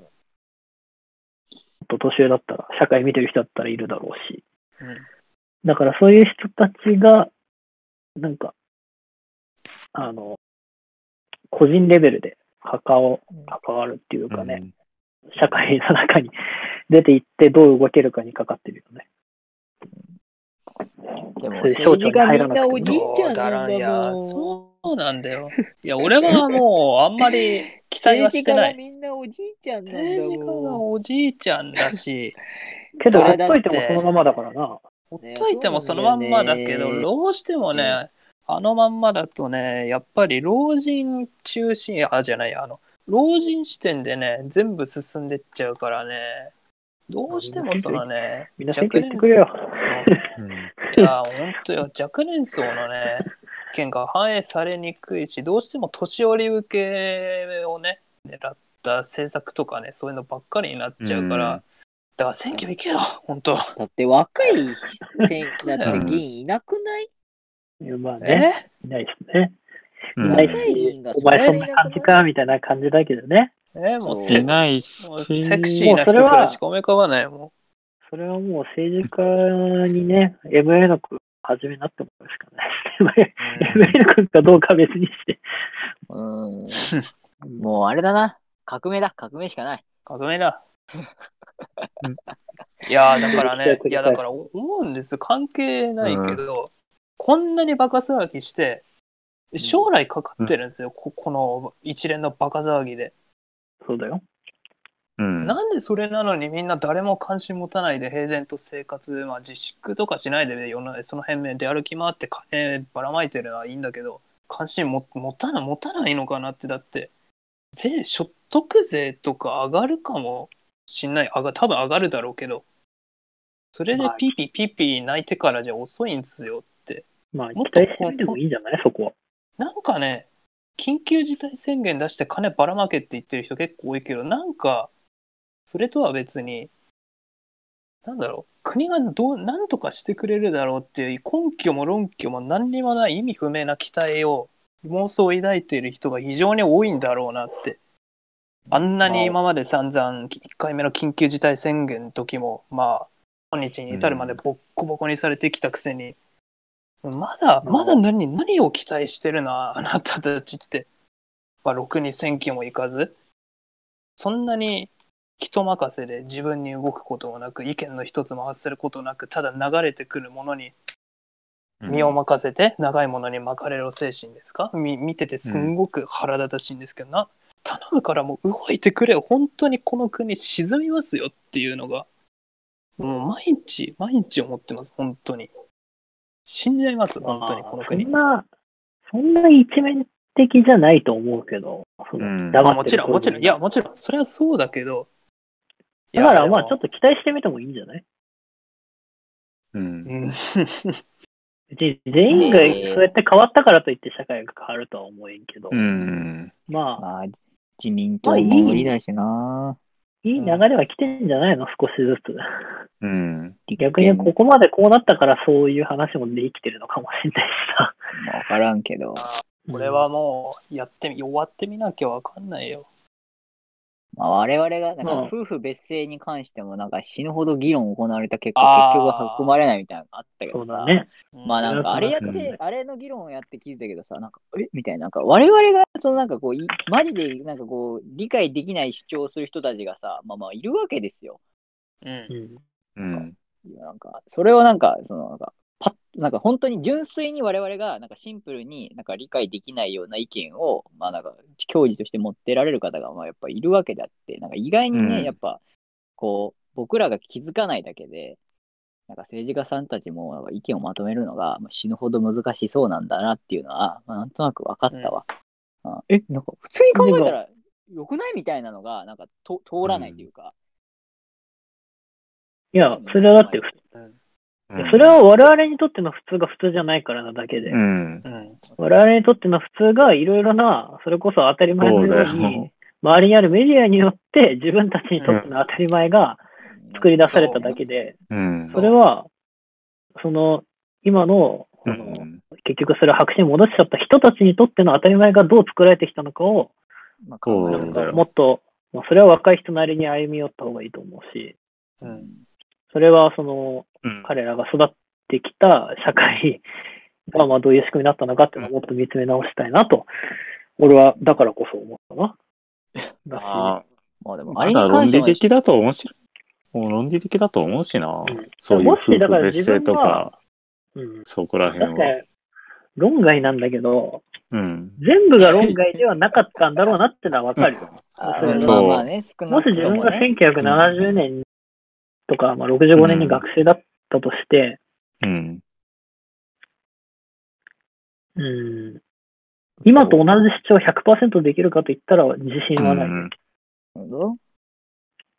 S3: っと年上だったら、社会見てる人だったらいるだろうし。
S4: うん
S3: だからそういう人たちが、なんか、あの、個人レベルで関わ関わるっていうかね、社会の中に出ていってどう動けるかにかかってるよね。
S1: でも
S3: そういう省
S1: 政
S3: 庁
S1: 治
S3: に
S1: が
S3: 入
S1: み
S3: ら
S1: ん
S3: なくて
S1: な
S3: も
S1: おじいちゃん
S4: だ
S1: な
S4: ら
S1: ん
S4: んいや、
S1: だもん。
S4: そうなんだよ。いや、俺はもう、あんまり期待は
S1: 政治
S4: して
S1: 家
S4: な
S1: が
S4: い。
S1: みんなおじいちゃんなん
S4: 政
S1: だ
S4: 治家が
S1: もん。
S4: おじいちゃんだし、
S3: けど、
S1: そ
S3: ほ
S1: れ
S3: っ
S1: だって
S3: といてもそのままだからな。
S4: ほっといてもそのまんまだけ
S1: そうなんだよ
S4: ど、
S1: ね
S4: どうしても
S1: う
S4: ね、あのまんまだとね、やっぱり老人中心、あ、じゃない、あの、老人視点でね、全部進んでっちゃうからね、どうしてもそのね、
S3: みんな選挙行ってくれよ。
S4: いや、本当よ、若年層のね、意見が反映されにくいし、どうしても年寄り受けをね、狙った政策とかね、そういうのばっかりになっちゃうから、
S2: うん
S4: だから選挙行けよ、本当。
S1: だって若い人だって議員いなくない
S3: いやまあね、
S4: え
S3: いないですね。
S2: う
S3: い
S2: ん
S3: ない
S1: 若い議員が
S3: お前そん
S1: そ
S3: な感じ
S1: れは
S3: かみたいな感じだけどね。
S4: えもう
S1: そう
S4: せ
S2: いないし
S4: もうセクシーな人くらいしか思い浮かばないも
S3: それはもう政治家にね、MA の君はじめになってもらうしかないですね。MA *laughs* の君かどうかは別にして。、
S1: うん。もうあれだな。革命だ。革命しかない。
S4: ん。革命だ
S2: うん。
S4: いやーだからね
S3: 繰
S4: い
S3: り返
S4: や
S3: す
S4: だから思うんです。関係ないけど、こんなにバカ騒ぎして、将来かかってるんですよ、ここの一連のバカ騒ぎで。
S3: そうだよ。
S2: うん
S4: なんでそれなのにみんな誰も関心持たないで平然と生活、まあ、自粛とかしないで世のその辺で出歩き回って金ばらまいてるのはいいんだけど関心も持たない持たないのかなってだって税しょ得税とか上がるかもしんない。上が、多分上がるだろうけど、それで
S3: まあ
S4: ピーピーピーピー泣いてからじゃ遅いんですよって。
S3: まあ、期
S4: もっと
S3: 待してみてもいいんじゃないそこは。
S4: なんかね、緊急事態宣言出して金ばらまけって言ってる人結構多いけど、なんか、それとは別に、なんだろう、国がどう、なんとかしてくれるだろうっていう根拠も論拠も何にもない意味不明な期待を、妄想を抱いている人が非常に多いんだろうなって。あんなに今まで散々、1回目の緊急事態宣言の時も、まあ、今日に至るまでボッコボコにされてきたくせに、まだ、
S3: うん
S4: まだ何、何を期待してるな、あなたたちって。まあ、ろくに選挙も行かず、そんなに人任せで自分に動くこともなく、意見の一つも発することなく、ただ流れてくるものに身を任せて、長いものに巻かれる精神ですかみ見ててすんごく腹立たしいんですけど、な、頼むからもう動いてくれよ。本当にこの国沈みますよっていうのが、もう毎日、毎日思ってます、本当に。死んじゃいます、本当に、この国
S3: そん。な、そんな一面的じゃないと思うけど、そ
S2: うん
S3: の
S4: まあ
S3: 黙
S4: も
S3: って
S4: ち
S3: る
S4: ろん、もちろん。いや、もちろん、それはそうだけど。い
S3: だ
S4: や
S3: からまあ、ちょっと
S4: と。
S3: 期待してみてもいいんじゃない
S2: うん。
S4: うん
S3: 別に全員が
S1: えー
S3: そうやって変わったからといって社会が変わるとは思えんけど、
S2: うん。
S3: まあ、
S1: まあ、自民党も無理だしな。
S3: いい流れは来てんじゃないの少しず *laughs* つ。
S2: うん。
S3: 逆にここまでこうなったからそういう話もできてるのかもしれないしさ。 *laughs*
S1: わからんけど。
S4: これはもう、やってみ、終わってみなきゃわかんないよ。
S1: まあ、我々がなんか
S3: うん
S1: 夫婦別姓に関してもなんか死ぬほど議論行われた結
S4: あ
S1: 果、
S4: ー
S1: 結局は含まれないみたいなのがあったけ
S3: そ
S1: ど
S3: うだ
S1: さ。
S3: ね。
S1: まあなんかあれやっ
S2: うん
S1: て、あれの議論をやって聞いてたけどさ、なんか、えみたいな、なんか我々が、そのなんかこうい、マジでなんかこう、理解できない主張をする人たちがさ、まあまあいるわけですよ。
S4: うん
S3: う。ん。
S2: うん。
S1: いやなんか、それをなんか、そのなんか、パッ、なんか本当に純粋に我々が、なんかシンプルになんか理解できないような意見を、まあなんか、教授として持ってられる方が、まあやっぱいるわけであって、なんか意外にね、
S2: うん
S1: やっぱ、こう、僕らが気づかないだけで、なんか政治家さんたちもなんか意見をまとめるのがまあ死ぬほど難しそうなんだなっていうのは、まあ、なんとなく分かったわ。あえ、なんか普通に考えたら良くないみたいなのが、なんかと通らないというか。
S3: いや、それはだって普通、それは我々にとっての普通が普通じゃないからなだけで。
S2: うん。
S4: うん。
S3: 我々にとっての普通がいろいろな、それこそ当たり前のよう
S2: そうだよ
S3: に、周りにあるメディアによって自分たちにとっての当たり前が作り出されただけで、
S2: うん。
S3: それは、その、今の、
S2: う
S3: その
S2: ん。
S3: 結局それを白紙に戻しちゃった人たちにとっての当たり前がどう作られてきたのかを、
S1: まあ
S2: そ
S1: 考
S2: う
S1: える
S2: なん
S1: と
S2: だよ
S3: もっと、まあそれは若い人なりに歩み寄った方がいいと思うし、
S4: うん。
S3: それはその、
S2: うん。
S3: 彼らが育ってきた社会がまあどういう仕組みだったのかっていうのをもっと見つめ直したいなと、俺はだからこそ思ったな。だ
S2: あ
S1: まあでも、あ
S2: あ、ま
S1: れに
S2: だ論
S1: 関して
S2: 理
S1: は、
S2: 的だと面白い。もう論理的だと思うしな
S3: うん。
S2: そういう
S3: も
S2: 夫
S3: し
S2: 婦
S3: だから
S2: 別姓と
S3: 自分は
S2: か、
S3: し、うん、
S2: そこら辺
S3: 確か
S2: は。
S3: に論外なんだけど、
S2: うん。
S3: 全部が論外ではなかったんだろうなってのはわかるよ。
S1: あ
S3: そう
S1: まあまあね、少な
S3: もし
S1: く
S3: 自
S1: と
S3: 分
S1: も
S3: が
S1: ね。
S3: 1970年とか、まあ、65年に学生だったとして、
S2: うん。
S3: うん、今と同じ主張100%できるかと言ったら自信はない。
S1: ま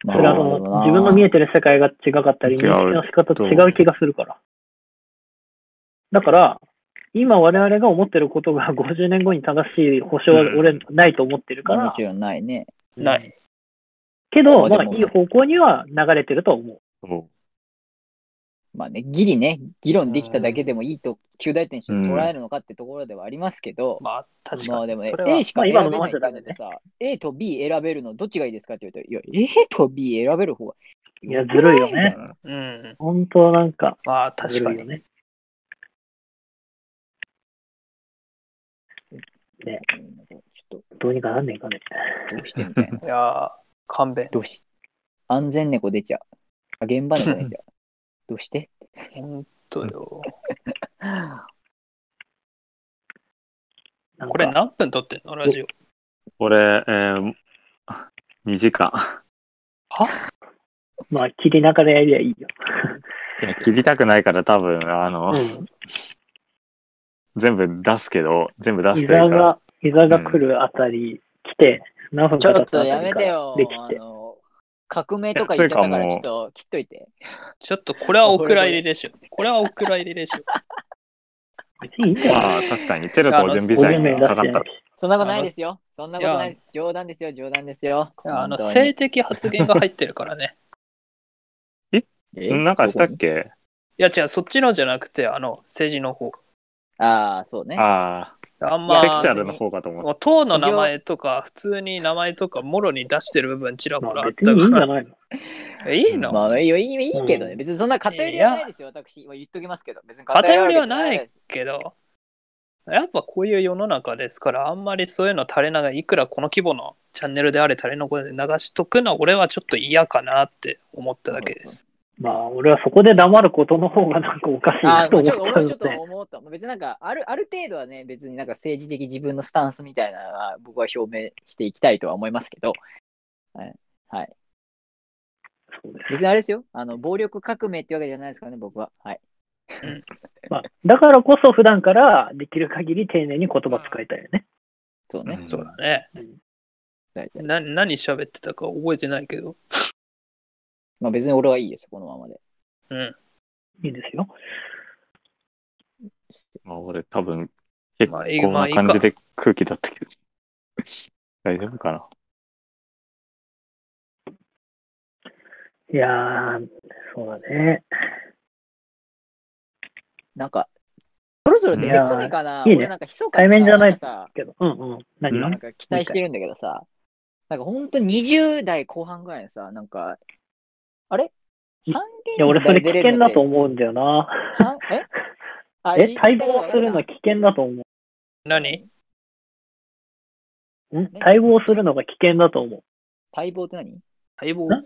S3: それはその自分の見えてる世界が違かったり、
S2: 違う
S3: 認識の仕方違う気がするから。だから、今我々が思ってることが50年後に正しい保証は
S2: うん
S3: 俺ないと思ってるか
S1: も
S3: ら、。
S1: ちろんないね。
S4: ない
S3: け
S1: ま
S3: ど、
S1: あで
S3: ま
S1: も
S3: あいい方向には流れてると思
S2: そ
S1: まあね、ギリね、議論できただけでもいいと、旧大点して捉えるのかってところではありますけど、
S4: まあ、確かに。
S1: まあでもね
S4: それ、は
S1: A しか選べ
S3: まあ今のま
S1: な
S3: ま
S1: い
S3: じ
S1: か
S3: ゃダ
S1: ら
S3: メね
S1: てさ、A と B 選べるのどっちがいいですかって言うと、いや、A と B 選べる方が
S3: う。いや、ずるいよね。
S4: うん。
S3: 本当なんか、
S4: まあ、
S3: ず
S4: 確か
S3: るいよ
S4: に。
S3: ね。ね、
S1: ちょっと、
S3: どうにかなんねえかね。
S1: どうしてみた
S3: *laughs*
S1: いな。
S4: いやー、勘弁。
S1: どうし、安全猫出ちゃう。あ現場猫出ちゃう。どうして
S4: 本当よ。
S3: なんか
S4: これ何分撮ってんのラジオ。
S2: う。これ、えー、2時間。
S3: まあ、切りながらやりゃいいよ。
S2: いや切りたくないから多分、あの、
S3: うん。
S2: 全部出すけど、全部出すというか、
S3: 膝が、膝が来るあたり来て、何分
S1: ち
S3: か
S1: ょ
S3: 経
S1: っとやめてよ。
S3: でき
S1: あ
S3: て。
S1: の、革命とか言っちゃったから、ちょっと切っといて。
S4: ちょっとこれはお蔵入りでしょ。これはお蔵入り
S3: *laughs*
S4: でしょ。
S3: 別にいいんだよ。
S2: まあ確かにテロとお準備罪にかかったら
S1: そんなことないですよ。そんなことないです。冗談ですよ、冗談ですよ。
S4: あ
S1: 本
S4: の
S1: 当に
S4: 性的発言が入ってるか
S3: *laughs*
S4: らね。
S1: え
S2: なんかしたっ
S1: どこ
S2: け
S4: いや違う、そっちのじゃなくて、あの政治の方。
S1: にああ、そうね。
S2: あ
S4: あん
S2: あ、
S1: い
S2: セ
S1: や
S2: クシャ
S4: ま
S2: ルの方かと思っ
S4: もう党の名前とか、普通に名前とか、もろに出してる部分ちらほ
S3: ま
S4: ら
S3: あ
S4: あっ
S3: 別にいいんじゃ
S4: たか
S3: ないの
S4: ら。いいの、
S1: まあ、いいよいいいいけどね。別にそんな偏りはないですよ、私。今言っときますけど。別に
S4: 偏りは
S1: わけじゃ
S4: ないけど、やっぱこういう世の中ですから、あんまりそういうの垂れ流いくらこの規模のチャンネルであれ垂れの声で流しとくのは俺はちょっと嫌かなって思っただけです。
S3: まあ俺はそこで黙ることの方がなんかおかしい
S1: あ
S3: な
S1: ー
S3: と
S1: もうちょっ
S3: 思っ *laughs*
S1: と
S3: ちゃう
S1: 俺
S3: ん
S1: ちょっと
S3: で。
S1: 思った。別になんかある、ある程度はね、別になんか政治的自分のスタンスみたいなのは僕は表明していきたいとは思いますけど、はい。はい、
S3: そうです
S1: 別にあれですよあの、暴力革命ってわけじゃないですからね、僕は。はい。
S3: まあ、だからこそ普段からできる限り丁寧に言葉使いたいよね。
S1: そう
S2: た。
S1: ね。
S2: ん
S4: そうだね。
S1: 大体
S4: な何喋ってたか覚えてないけど。
S1: まあ、別に俺はいいですよ、このままで。
S4: うん。
S3: いいですよ。
S2: まあ俺多分結
S4: ま
S2: 構
S4: あいいまあ
S2: ない
S4: いか
S2: 感じで空気だったけど。大丈夫かない
S3: やー、そうだね。
S1: なんか、そろそろ出てこないかな。
S3: いやーいいね
S1: 俺なんか密かにさ
S3: 対面じゃない
S1: んかさ、
S3: けど、うんうん。何が
S1: なんか期待してるんだけどさ、なんか本当に20代後半ぐらいのさ、なんか、あれ
S3: い
S1: ?3
S3: いや、俺それ危険だと
S1: う。
S3: 思うんだよな。
S1: 三えあ
S3: え、待望する
S1: の
S3: の危険だと思
S4: 何
S3: う。ん待望するのが危険だと思
S1: 待望って何
S4: 待望
S3: う。な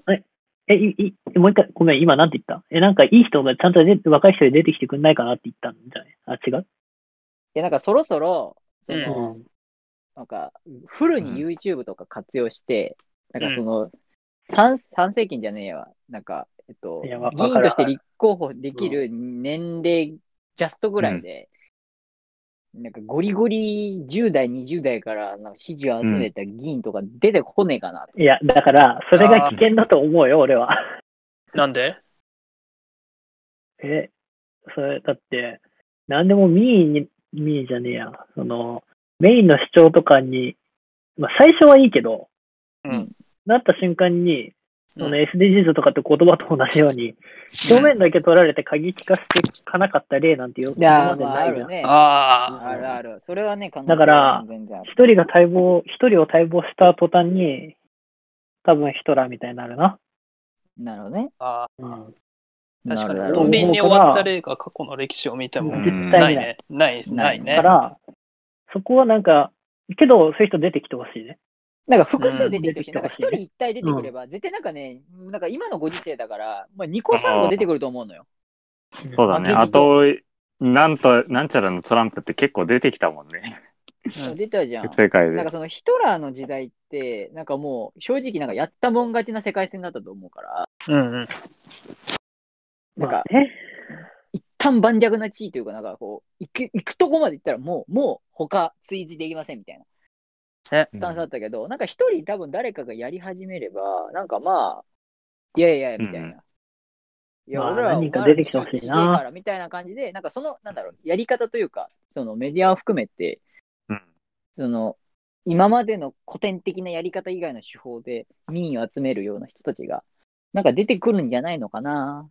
S3: ええ、いい、もう一回、ごめん、今なんて言ったえ、なんかいい人がちゃんとで若い人で出てきてくんないかなって言ったんじゃないあ、違う
S1: いや、なんかそろそろ、そ
S4: うん
S1: の、
S3: うん。
S1: なんか、フルに YouTube とか活用して、
S4: ん
S1: なんかその、参参政権じゃねえわ。なんか、えっと、
S3: いやわ
S1: 議員として立候補できる年齢ジャストぐらいで、なんかゴリゴリ10代、20代からなんか支持を集めた議員とか出てこねえかなと。
S3: いや、だから、それが危険だと思うよ、俺は。
S4: なんで
S3: え、それ、だって、なんでも民意に、民意じゃねえや。その、メインの主張とかに、まあ最初はいいけど、
S4: うん
S3: なった瞬間に、その
S4: う
S3: SDGs とかって言葉と同じように、表面だけ取られて鍵利かせてかなかった例なんてよく
S1: いや
S3: 今ま
S1: ー、
S3: で
S1: まあ、
S3: な
S1: あ
S3: いじゃ
S1: る
S3: ん。
S1: ね。
S4: ああ。
S1: あるある。それはね、可能性
S3: だから
S1: は全然ある
S3: 一人が待望、一人を待望した途端に、多分ヒトラーみたいになるな。
S1: なるほどね。
S4: あ
S3: うん。
S4: ー確かに
S1: なるほ
S4: 穏
S1: ど
S4: 便に終わった例が過去の歴史を見ても
S2: うん
S3: 絶対
S4: な
S3: ないい。
S4: ね。ない、ない
S1: な
S4: ね
S3: だか。ら、そこはなんか、けど、そういう人出てきてほしいね。
S1: なんか複数出てきてほしい、
S3: う
S1: なんんか一人一体出てくれば、絶対なんかね、なんか今のご時世だから、まあ、2個3個出てくると思うのよ。
S2: そうだね。
S1: まあ
S2: あと、なんと、なんちゃらのトランプって結構出てきたもんね。
S4: うん
S1: 出たじゃん。
S2: 世界
S1: なん
S2: で
S1: か。そのヒトラーの時代って、なんかもう正直なんかやったもん勝ちな世界線だったと思うから、
S4: うんうん。
S1: なん
S3: まあ
S1: か
S3: ね。
S1: 一旦盤石な地位というか、なんかこう、行く行くとこまで行ったらもう、もう他追随できませんみたいな
S4: え
S1: スタンスだったけど、なんか一人多分誰かがやり始めれば、なんかまあ、いやいやいや、みたいな。
S2: うん
S1: いや、
S3: まあ
S1: 俺らは
S3: 何か出てきてほしいな
S1: お前らの主張聞けからみたいな感じで、なんかその、なんだろう、やり方というか、そのメディアを含めて、
S2: うん
S1: その、今までの古典的なやり方以外の手法で民意を集めるような人たちが、なんか出てくるんじゃないのかな。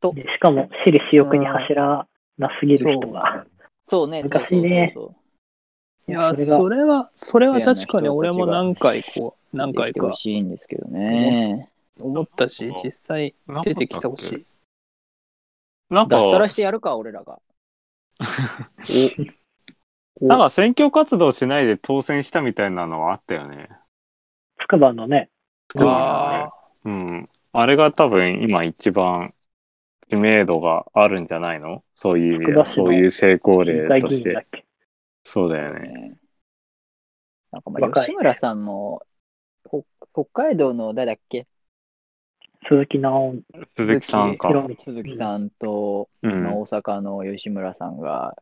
S3: でしかも、私利私欲に走らなすぎる人が。
S1: そうね、そう
S3: 難しいね
S1: そうそう
S4: いや、
S3: それが
S4: それは、それは確かに俺も何回こう、
S1: そう。
S4: 何回
S1: 出てきてほ
S4: か
S1: しいんですけどね。
S4: 思ったし、実際出てきてほしい。
S2: なんか
S1: 脱サラしてやるか、俺らが。
S2: なんか選挙活動しないで当選したみたいなのはあったよね。
S3: つくばのね、
S2: うん
S4: ああ、
S2: うん。あれが多分今一番知名度があるんじゃないのそういう意味では。
S3: 福田市の
S2: そういう成功
S3: 県
S2: 例
S3: 会
S2: と
S3: 議
S2: し。
S3: 員だってけ。
S2: そうだよね。
S1: ねなんかまあ、
S3: 若い
S1: 吉村さんも、ほ北海道の誰だっけ
S3: 鈴木直
S2: 鈴木さんか。
S3: 弘道。
S1: 鈴木さんと、
S2: う
S1: まあ
S2: ん。
S1: 大阪の吉村さんが、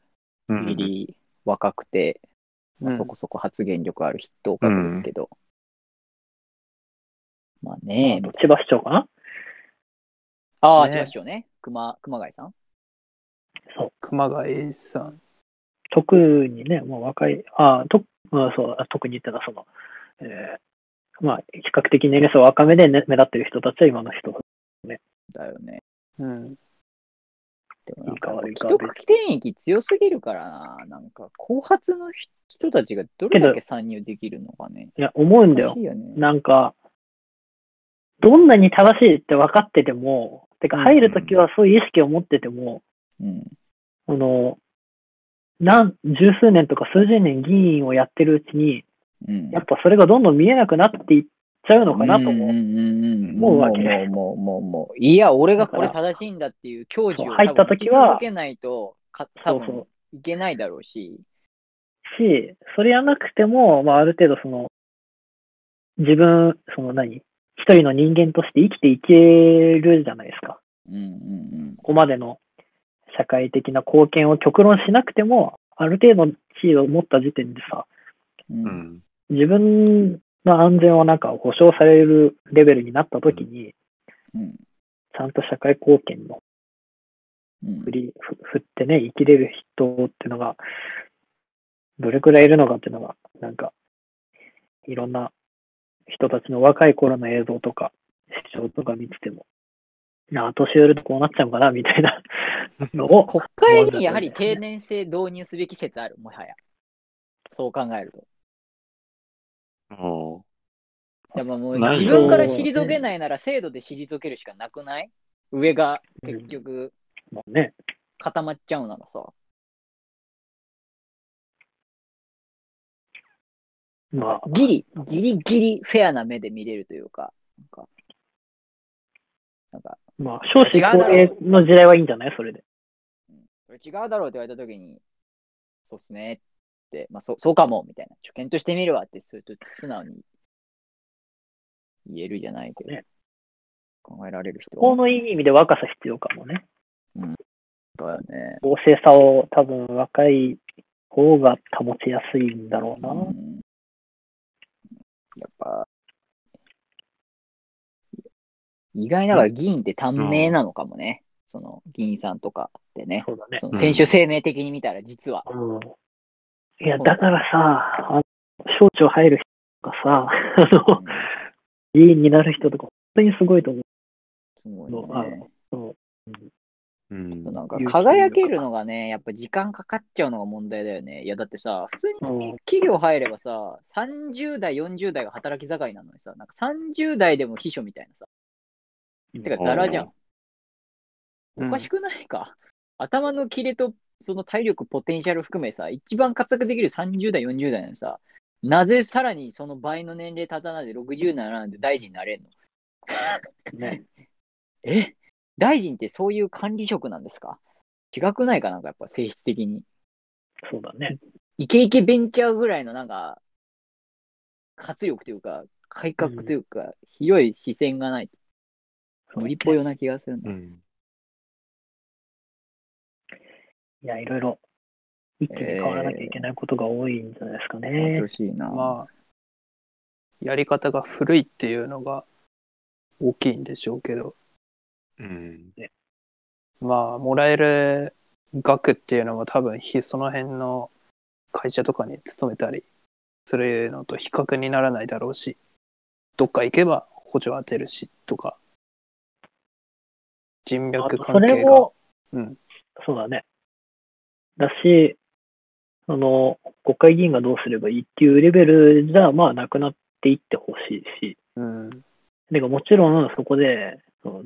S2: う
S1: ギ
S2: ん
S1: リ若くて、まあ
S4: うん
S1: そこそこ発言力ある筆頭格ですけど、まあ
S3: え
S1: ね
S3: っと、千葉市長かな
S1: ああ、
S4: ね
S1: 千葉市長ね。熊、熊谷さん。
S4: 熊谷さん。
S3: 特にね、もう若い、あと、まあ、そう、あ特にってのはその、えーまあ、比較的年齢層若めで、ね、目立ってる人たちは今の人、
S1: だよね。
S4: うん。
S1: でもなんか
S3: いいか悪いか
S1: 既得権益強すぎるからな。なんか、後発の人たちがどれだけ参入できるのかね。
S3: いや、思うんだ
S1: おかし。
S3: よ
S1: いよね。
S3: なんか、どんなに正しいって分かってても、てか
S1: うん
S3: 入るときはそういう意識を持ってても、
S1: うん。
S3: あの、何、十数年とか数十年議員をやってるうちに、
S1: うん。
S3: やっぱそれがどんどん見えなくなっていっちゃうのかなと
S1: ん
S3: 思う。
S1: んんん
S3: 思うわけ
S1: もうもうもうもう。いや、俺がこれ
S3: だ
S1: 正しいんだっていう教授
S3: そ
S1: を
S3: う入った
S1: 多分
S3: 時は
S1: 打ち続けないと、か多
S3: そう
S1: 分
S3: そ
S1: いけないだろうし。
S3: う。し、それやなくても、まあある程度その、自分、その何一人の人間として生きていけるじゃないですか。
S1: うんうん
S3: ここまでの社会的な貢献を極論しなくても、ある程度の地位を持った時点でさ、
S1: うん。うん
S3: 自分の安全をなんか保障されるレベルになった時に、
S1: うん
S3: ちゃんと社会貢献の
S1: うん
S3: 振り、ふ振ってね、生きれる人ってのが、どれくらいいるのかっていうのが、なんか、いろんな人たちの若い頃の映像とか、視聴とか見てても、なあ、年寄るとこうなっちゃうのかな、みたい *laughs* なのを、
S1: 国会にやはり定年制導入すべき説ある、もはや。そう考えると。
S2: う
S1: でももう
S2: ない
S1: 自分から退けないなら制度で退けるしかなくない上が結局
S3: もうね、
S1: 固まっちゃうならさ。
S3: まあ、
S1: ギリ、ギリギリフェアな目で見れるというか、なんか、なんか、
S3: まあ、少子高齢の時代はいいんじゃないそれで。
S1: それ違うだろうって言われたときに、そうっすねって、まあそう、そうかも、みたいな。ちょ、検討してみるわって、すると素直に言えるじゃないけど
S3: ね、
S1: 考えられる人
S3: 法
S1: は。
S3: のいい意味で若さ必要かもね。
S1: だよね。
S3: 公正さを多分若い方が保ちやすいんだろうな。
S1: うんやっぱ、意外ながら議員って短命なのかもね。その議員さんとかってね。
S3: そうだね。
S1: その選手声明的に見たら実は。
S3: うん、いや、だからさ、あの省庁入る人とかさ、 *laughs* あの、議員になる人とか、本当にすごいと
S1: う
S3: 思
S1: んす
S3: う。
S1: ごいね。
S2: ん
S1: なんか輝けるのがね、やっぱ時間かかっちゃうのが問題だよね。いや、だってさ、普通
S3: う
S1: に
S3: ん
S1: 企業入ればさ、30代、40代が働き盛りなのにさ、なんか30代でも秘書みたいなさ。
S3: うん
S1: てか、ザラじゃん。
S4: お
S1: おかしくないか、頭のキレとその体力、ポテンシャル含めさ、一番活躍できる30代、40代なのにさ、なぜさらにその倍の年齢たたないで60代なんで大臣になれんの
S3: ね、
S1: え大臣ってそういう管理職なんですか違くないかなんかやっぱ性質的に。
S3: そうだね。
S1: イケイケベンチャーぐらいのなんか、活力というか、改革というか、広い視線がないと。無理っぽいような気がするんだ。
S2: うん
S3: いや、いろいろ、一気に変わらなきゃいけないことが多いんじゃないですか
S1: やって
S3: ね
S1: ほ。しいな。
S4: まあ、やり方が古いっていうのが大きいんでしょうけど、
S2: うん
S4: まあ、もらえる額っていうのも多分、ひその辺の会社とかに勤めたりするのと比較にならないだろうし、どっか行けば補助当てるしとか、人
S3: あ
S4: 脈
S3: とそ
S4: 関係
S3: れ
S4: が。
S3: を、
S4: うん、
S3: そうだね。だし、あの、国会議員がどうすればいいっていうレベルじゃ、まあ、なくなっていってほしいし、
S4: うん、
S3: でもちろんそこで、その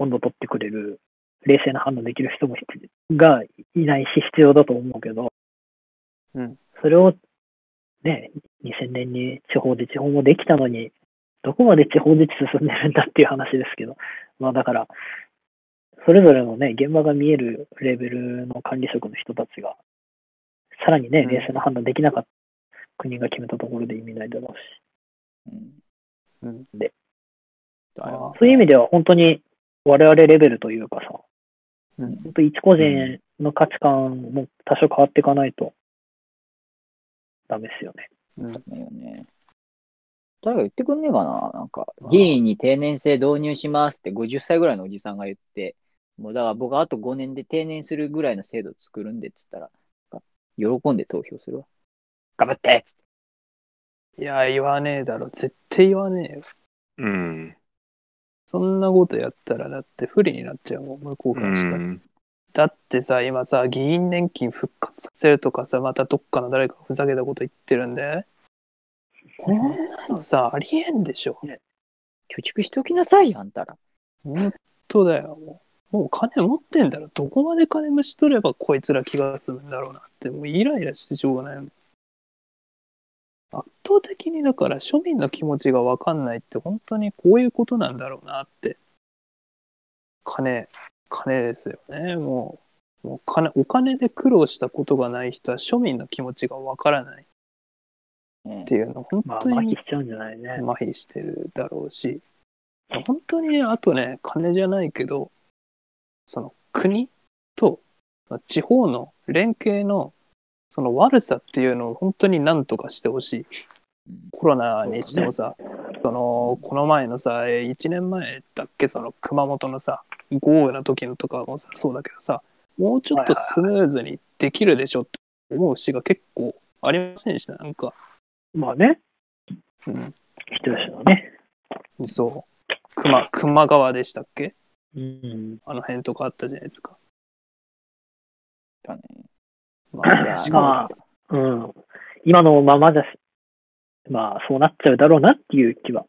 S3: 温度取ってくれる、冷静な判断できる人も必がいないし必要だと思うけど、
S4: うん
S3: それを、ね、2000年に地方自治法もできたのに、どこまで地方自治進んでるんだっていう話ですけど、まあだから、それぞれのね、現場が見えるレベルの管理職の人たちが、さらにね、
S4: うん
S3: 冷静な判断できなかった、国が決めたところで意味ないだろうし。
S1: うん
S4: うん。
S3: で
S4: だよ
S3: そういう意味では本当に我々レベルというかさ、
S4: うん
S3: 本当一個人の価値観も多少変わっていかないとダメですよね。
S4: うん
S1: だよね。誰か言ってくんねえかななんか、議員に定年制導入しますって50歳ぐらいのおじさんが言って、もうだから僕はあと5年で定年するぐらいの制度作るんでって言ったら、なんか喜んで投票するわ。頑張ってっつって
S4: いや、言わねえだろ。絶対言わねえよ。
S2: うん。
S4: そんなことやったら、だって不利になっちゃうもん、無効
S2: う
S4: 化したら。
S2: ん。
S4: だってさ、今さ、議員年金復活させるとかさ、またどっかの誰かがふざけたこと言ってるんで。こんなのさ、ありえんでしょ。
S1: 貯蓄しておきなさいよ、あんたら。
S4: 本当だよ、もう。もう金持ってんだろ。どこまで金虫取ればこいつら気が済むんだろうなって、もうイライラしてしょうがないもん。圧倒的にだから庶民の気持ちがわかんないって本当にこういうことなんだろうなって。金、金ですよね。もう、もう金、お金で苦労したことがない人は庶民の気持ちがわからない
S1: ね
S4: っていうの、本
S3: まあ、
S4: 当
S3: 麻
S4: に
S3: 痺しちゃうんじゃないね。
S4: 麻痺してるだろうし、本当にね、あとね、金じゃないけど、その国とまあ地方の連携のその悪さっていうのを本当になんとかしてほしい
S1: うん。
S4: コロナにしてもさ、その、この前のさ、えー1年前だっけ、その熊本のさ、豪雨の時のとかもさ、そうだけどさ、もうちょっとスムーズにできるでしょって思う節が結構ありませんでした、なんか。
S3: まあね、
S4: うん
S3: 一人のね。
S4: そう。熊、熊川でしたっけ
S3: うん。
S4: あの辺とかあったじゃないですか。
S1: だね。
S4: ま
S1: いや
S4: あ、しか
S3: まあ、
S4: も
S3: うん。今のままじゃ、まあ、そうなっちゃうだろうなっていう気は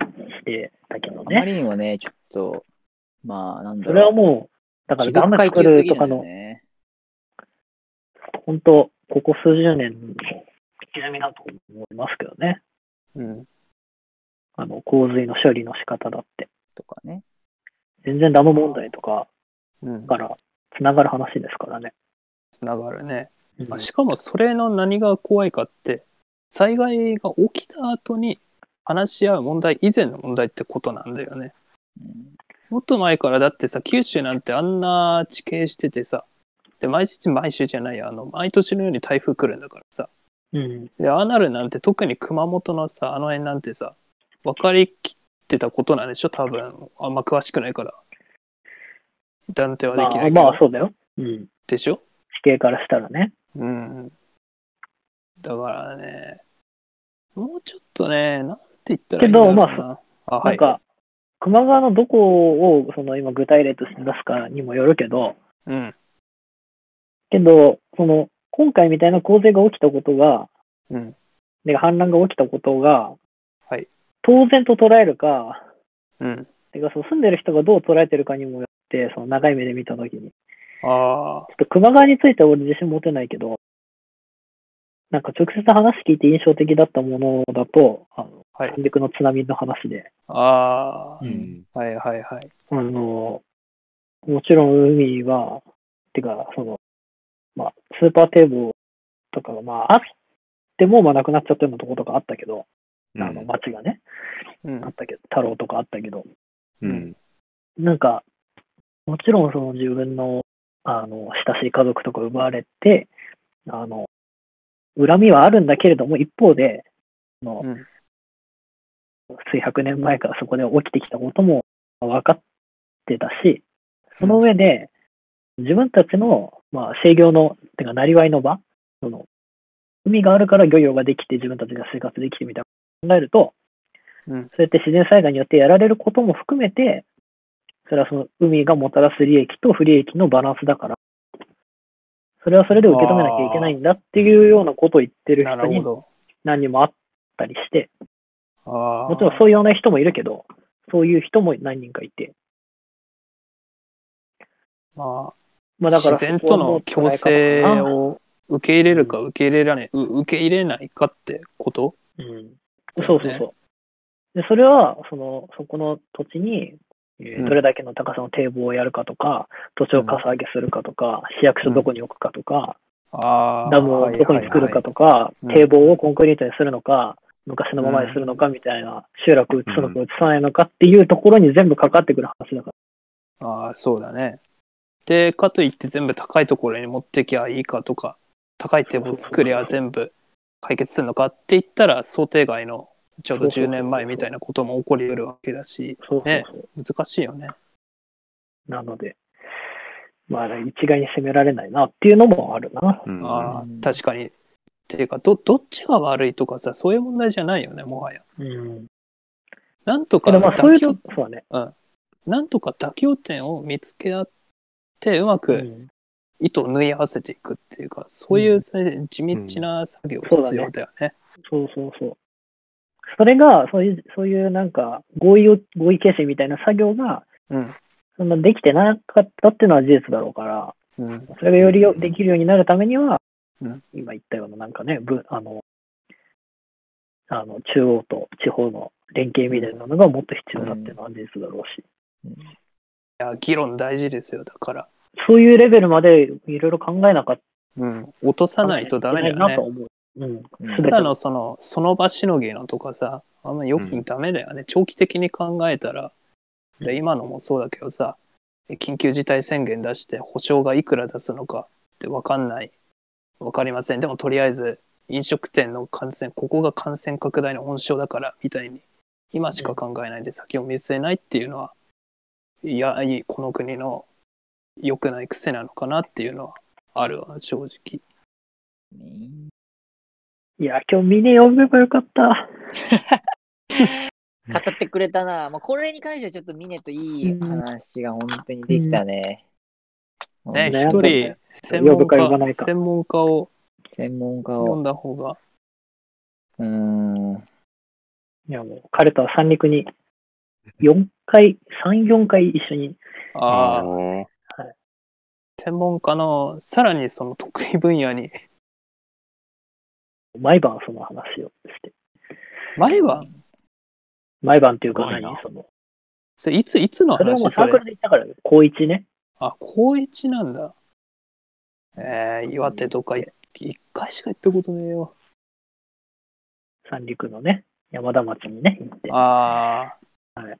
S3: してたけど
S1: あま
S3: ね。
S1: りにもね、ちょっと、まあ、なんだ
S3: それ
S1: ろ
S3: は
S1: う。
S3: もう、だからダム作るとかの、
S1: ね。
S3: 本当、ここ数十年の歪みだと思いますけどね。
S4: うん。
S3: あの、洪水の処理の仕方だって。
S1: とかね。
S3: 全然ダム問題とか
S4: うん。
S3: から繋がる話ですからね。
S4: つながるね。
S3: うん
S4: まあしかもそれの何が怖いかって、災害が起きた後に話し合う問題以前の問題ってことなんだよね。
S1: うん
S4: もっと前からだってさ、九州なんてあんな地形しててさ、で、毎日毎週じゃないや、あの、毎年のように台風来るんだからさ、
S3: うん。
S4: で、ああなるなんて特に熊本のさ、あの辺なんてさ、分かりきってたことなんでしょ多分。あんま詳しくないから。断定はで
S3: ま
S4: きない
S3: あ、
S4: けど。
S3: まあ、そうだよ。うん。
S4: でしょ
S3: 地形からしたらね。
S4: うん。だからね、もうちょっとね、なんて言ったらいいんだろうな。
S3: けど
S4: まあ、あ、は
S3: なん
S4: い。
S3: か、熊川のどこを、その今具体例として出すかにもよるけど、
S4: うん。
S3: けど、その、今回みたいな洪水が起きたことが、
S4: うん。
S3: で、氾濫が起きたことが、
S4: はい
S3: 当然と捉えるか、
S4: うん。
S3: てか、その住んでる人がどう捉えてるかにもよって、その長い目で見たときに。ち
S4: ああ、
S3: ょっと熊川については俺自信持てないけど、なんか直接話聞いて印象的だったものだと、あの、
S4: はい
S3: 三陸の津波の話で、
S4: あ
S2: う
S4: あ、
S2: ん。
S4: はいはいはい。
S3: あの、もちろん海は、てか、その、まあ、スーパー堤防とかが、まあ、あっても、まあ、なくなっちゃったようなところとかあったけど、あの、町がね、
S4: うん
S3: あ。ったけど、太郎とかあったけど、
S2: うん。
S3: なんか、もちろんその自分の、あの、親しい家族とか奪われて、あの、恨みはあるんだけれども、一方で、その
S4: うん
S3: 数百年前からそこで起きてきたことも分かってたし、その上で、自分たちの、まあ、制御の、てか、なりわいの場、その、海があるから漁業ができて、自分たちが生活できてみたいな考えると、
S4: うん
S3: そうやって自然災害によってやられることも含めて、それはその海がもたらす利益と不利益のバランスだから、それはそれで受け止めなきゃいけないんだっていうようなことを言ってる
S4: な
S3: 人
S4: るほ
S3: に
S4: ど。
S3: 何人もあったりして、
S4: ああ。
S3: もちろんそういうような人もいるけど、そういう人も何人かいて。
S4: まあ、
S3: まあだから、
S4: 自然との共生
S3: を。
S4: を受け入れるか受け入れられ、う受け入れないかってこと
S3: うん。そうそうそう。で、それは、その、そこの土地に、え
S4: う
S3: ー
S4: ん
S3: どれだけの高さの堤防をやるかとか、土地をかさ上げするかとか、市役所どこに置くかとか、
S4: ああ。
S3: ダムをどこに作るかとか、
S4: はいはい
S3: 堤防をコンクリートにするのか、昔のままにするのかみたいな、集落移すのか移さないのかっていうところに全部かかってくる話だか
S4: ああ、そうだね。で、かといって全部高いところに持ってきゃいいかとか、高い手を作りゃ全部解決するのかって言ったら想定外のちょうど10年前みたいなことも起こり得るわけだし、
S3: そうそうそう。
S4: 難しいよね。
S3: なので、まあ、一概に責められないなっていうのもあるな。
S2: うん
S4: ああ
S1: うん、
S4: 確かに。っていうか、ど、どっちが悪いとかさ、そういう問題じゃないよね、もはや。
S3: うん。
S4: なんとか
S3: ただまあ、そうい
S4: 妥
S3: う
S4: 協
S3: と、、そうだね。
S4: なんとか妥協点を見つけ合って、うま
S3: う
S4: く
S3: ん。
S4: 糸を縫い合わせていくっていうか、そういう地道な作業が必要だよね。
S3: そうそうそう。それが、そういう、そういうなんか、合意を、合意形成みたいな作業が、
S4: うん。
S3: そんなできてなかったっていうのは事実だろうから、
S4: うん。
S3: それがよりよできるようになるためには、
S4: うん
S3: 今言ったような、なんかね、ぶあの、あの、中央と地方の連携みたいなのがもっと必要だっていうのは事実だろうし、
S4: いや、議論大事ですよ、だから。
S3: そういうレベルまでいろいろ考えなかっ
S4: うん。落
S3: た
S4: とさないとダメだよ
S3: な
S4: ね
S3: と。思う。うん。
S1: うん
S3: すべ
S4: た
S3: て
S4: だのその、その場しのぎのとかさ、あんまよくダメだよね。長期的に考えたら、で今のもそうだけどさ、緊急事態宣言出して保証がいくら出すのかってわかんない。わかりません。でもとりあえず飲食店の感染、ここが感染拡大の温床だからみたいに、今しか考えないで先を見据えないっていうのは、いや、いい、この国の良くない癖なのかなっていうのはあるわ、正直。
S1: ね
S3: いや、今日ミネ読めばよかった。
S1: 語ってくれたな。まあ、これに関してはちょっとミネといい話が本当にできたね。
S4: ね、
S3: ね
S4: 一人専
S3: 呼ぶ
S4: 門
S3: か呼ば
S4: 家
S3: ないか
S4: 専門家を
S1: 専門家
S4: 読
S1: を。
S4: んだ方が、
S1: うーん。
S3: いや、もう、彼とは三陸に、4回、3、4回一緒に、
S4: ああ、
S2: ー
S4: 専門家のさらにその得意分野に、
S3: 毎晩その話をして、
S4: 前は、
S3: 毎晩っていうか
S2: すごいな
S3: 何その、
S4: それいつ、いつの
S3: それはもう
S4: 話
S3: サ
S4: そ
S3: ーク
S4: れ
S3: ルで行ったから、高一ね。
S4: あ、高一なんだ。えー、岩手とかい一回しか行ったことねえよ。
S3: 三陸のね、山田町にね、行って。
S4: ああ、
S3: はい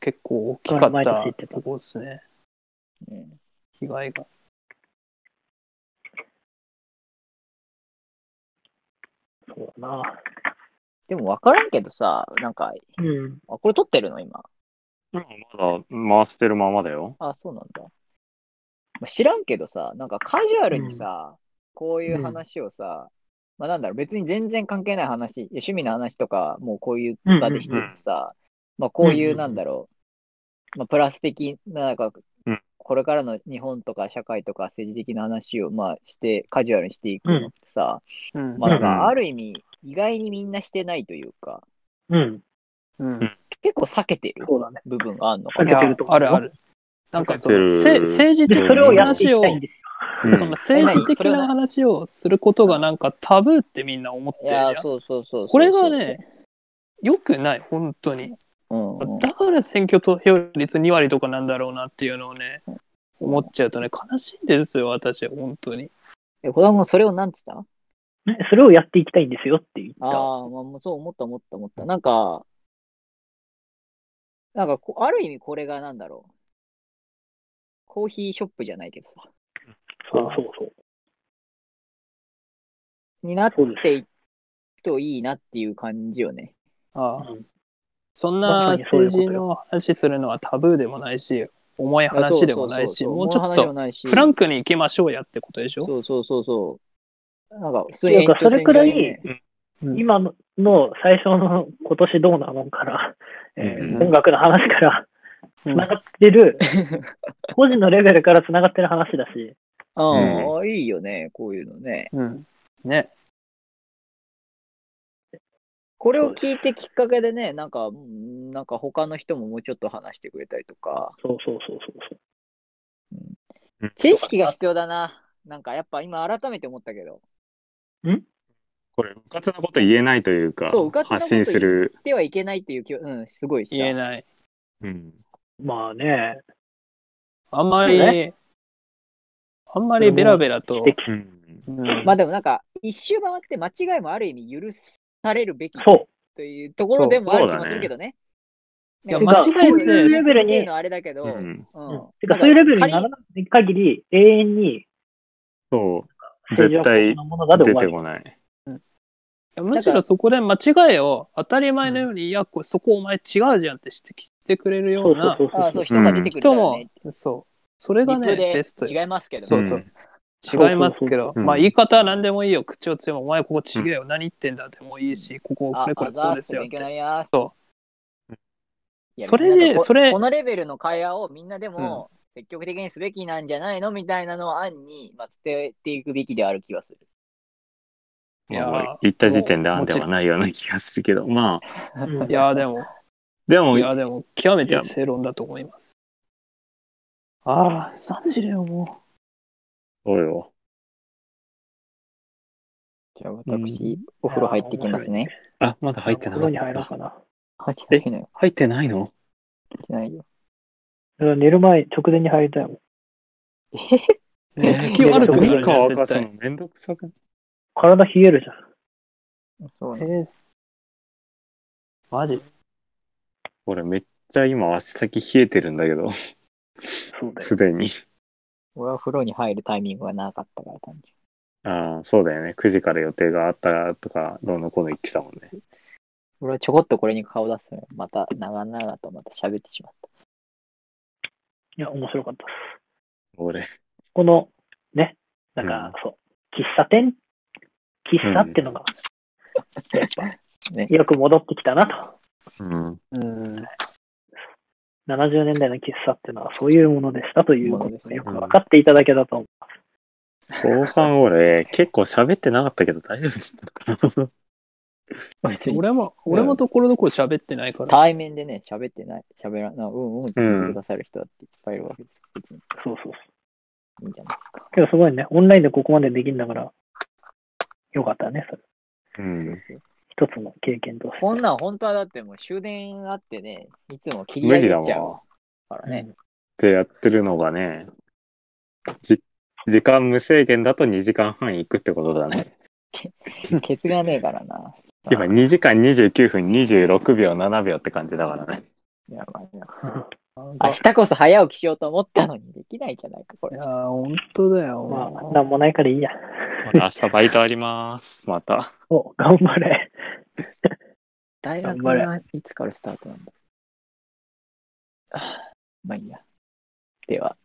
S4: 結構大きかっ
S3: 毎年行ったてた
S4: とこですね、
S1: うん
S4: 被害が。
S3: そうだな。
S1: でも分からんけどさ、なんか、
S3: うん。
S1: あこれ撮ってるの今。
S2: 今まだ回してるままだよ。
S1: あ、そうなんだ。まあ知らんけどさ、なんかカジュアルにさ、こういう話をさ、まあなんだろう、別に全然関係ない話、いや趣味の話とか、もうこういう場でしててさ、まあこう
S3: うんうん
S1: いうう、
S3: ん
S1: なんだろう、まあプラス的な、なんか
S2: うん、
S1: これからの日本とか社会とか政治的な話を、まあして、カジュアルにしていくのってさ、
S4: うん。
S1: まあなん
S2: うん
S1: かある意味、意外にみんなしてないというか、
S3: うん。
S4: うん
S1: 結構避けてる
S3: そうだね。
S1: 部分があるのか
S3: 避
S1: な
S4: い
S3: け
S4: うや
S3: てると思う
S4: あるある。なんかその、
S2: 避け
S4: せ
S2: てる
S4: 政治的
S3: で、
S4: な
S3: それをやってい
S4: 話
S3: き
S4: を
S3: たいんです
S2: うん
S4: その政治的な話をすることがなんかタブーってみんな思って
S1: い
S4: るじゃ
S1: や
S4: ん
S1: ー、。そうそうそうそう。
S4: これがね、良くない、本当に。
S1: うんうん、
S4: だから選挙投票率2割とかなんだろうなっていうのをね、思っちゃうとね、悲しいんですよ、私、本当に。
S1: え、子供それをなんつった
S3: よ。ね、それをやっていきたいんですよって言った。
S1: ああ、まあ、もうそう思った思った思った。なんか、なんかこ、ある意味これがなんだろう。コーヒーショップじゃないけどさ、
S3: そうそうそう。
S1: になっ
S3: そうです
S1: ていくといいなっていう感じよね。
S4: ああ
S3: うん
S4: そん
S3: まさ
S4: な
S3: にそういう
S4: 政
S3: こと
S4: 治
S3: よ
S4: の話するのはタブーでもないし、重い
S1: いやそう
S4: 話でもないし、
S1: そうそう
S4: もうちょっ
S1: 重い話も
S4: と
S1: ないし、
S4: フランクに行きましょうやってことでしょ
S1: そうそうそうそう。なんか、普通に
S3: なんかそれくらい
S1: 延長線上にね
S4: うん
S3: 今の最初の今年どうなのから、えー
S2: うん
S3: 音楽の話から
S4: う
S3: 繋
S4: ん
S3: がってる、個人のレベルから繋がってる話だし、
S1: ああ、いいよね、こういうのね。
S4: うん。ね。
S1: これを聞いてきっかけでね、なんか、うんなんか他の人ももうちょっと話してくれたりとか、
S3: そうそうそうそうそう。
S1: 知識が必要だな。なんかやっぱ今改めて思ったけど、
S2: これ、うかつなこと言えないというか、
S1: そううかつなこと
S2: 発信する。
S1: ではいけないっていう気は、うん、すごいした。
S4: 言えない。
S2: うん。
S3: まあね、
S4: あんま
S3: そう
S4: り、あんまりベラベラと
S3: 指摘、
S2: うん
S4: うん
S1: まあでもなんか、一周回って間違いもある意味許されるべき
S3: そう。
S1: というところでもある気もするけどね。な
S4: そう
S1: んか
S4: いや間違えて
S1: そうう
S3: レベルに
S1: っていうのはあれだけど、
S2: う
S1: うん。
S2: ん
S3: うんてか、そういうレベルになら
S1: 仮
S3: ない限り、永遠に
S2: そう、
S3: 政治はこんなものだで
S2: 出
S3: 終わ
S2: て
S3: る。
S2: こない。
S4: やむしろそこで間違いを当たり前のように、いや、これそこお前違うじゃんって指摘してくれるよ
S3: そううそ
S4: な
S3: うそうそう
S1: ああ、そう、人が出てくるか
S4: 人
S1: ら
S4: も
S1: ね。、
S4: そう。それが
S1: リプ
S4: ね、
S1: で
S4: ベストよ
S1: 違いますけどね。
S4: そうそう
S2: うん
S4: 違いますけど、
S2: うん
S4: まあ言い方は何でもいいよ。口をつけば、お前ここちげえよ。何言ってんだでもいいし、ここ
S1: あ
S4: これこれ
S1: あざ
S4: こう
S1: ー
S4: ですすよっ
S1: 勉強にな
S4: て。
S1: ります。
S4: そ
S1: いや
S4: それで
S1: 別になんかこ
S4: それ
S1: このレベルの会話をみんなでも積極的にすべきなんじゃないのみたいなのを案に、まあ、伝えていくべきである気がする。
S4: いやー
S2: まあ言った時点であんではないような気がするけど、まあ、
S3: うん
S4: いやーでも、
S2: でも
S4: い、やでも、極めて正論だと思います。ああ、3時だよ、も
S2: そうよ。
S1: じゃあ
S2: 私、
S1: お風呂入ってきますね。
S2: あ、まだ入ってな
S3: お
S2: か
S3: 風呂
S2: っ
S3: に入ろう
S2: た。
S3: かな。
S1: 入ってないのよ。
S2: 入ってないの
S1: 入ってないよ。
S3: だから寝る前、直前に入りたいもん。
S4: う。
S1: ね
S4: 寝つき悪くなるじゃん、絶対。
S2: めんどくさく
S3: 体冷えるじゃん。
S1: そう
S4: え
S1: ね。
S4: ーマジ
S2: 俺めっちゃ今足先冷えてるんだけど、
S3: そうだよ。
S2: すでに。
S1: 俺は風呂に入るタイミングがなかったから、単純
S2: ああ、そうだよね。9時から予定があったとか、どうのこうの言ってたもんね。
S1: 俺はちょこっとこれに顔出すのよ。また、長々とまた喋ってしまっ
S3: いや、面白かったっす。
S2: 俺。
S3: この、ね、なんか、そう、喫茶店喫茶ってのが、
S1: た。ね。
S3: よく戻ってきたなと。
S2: うん。
S4: うん。
S3: 70年代の喫茶ってのはそういうものでしたということがよく分かっていただけたと思う。
S2: 後半俺、結構喋ってなかったけど大丈夫だったのかな
S1: 別に
S4: 俺も、俺もところどころ喋ってないから。
S1: 対面でね、喋ってない、喋らな、うんうんって言ってくださる人だっていっぱいいるわけです。別に
S3: そうそうそう。
S1: いいんじゃないですか。
S3: けどすごいね、オンラインでここまでできるんだから、よかったね、それ。
S2: *laughs* うん。
S3: 一つの経験として。
S1: こんなん本当はだってもう終電あってね、いつも切り上げちゃうからね。
S2: ってやってるのがね、じ時間無制限だと2時間半行くってことだね。
S1: ケツがねえからな。
S2: 今2時間29分26秒7秒って感じだからね。
S1: やばいな。
S4: なんか
S1: 明日こそ早起きしようと思ったのにできないじゃないか、こ
S4: い
S1: れ
S4: や。ー本当だよ。
S3: ま
S4: も
S3: あ、
S4: う
S3: なんもないからいいや。
S2: また明日バイトあります。また。
S3: お、頑張れ。
S1: 大学
S3: 頑
S1: はいつからスタートなんだ。あ *sighs* まあいいや。では、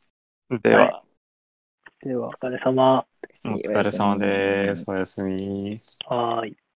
S2: では、
S4: では。
S3: お疲れ様。
S2: お疲れ様です。おやすみ。
S3: はーい。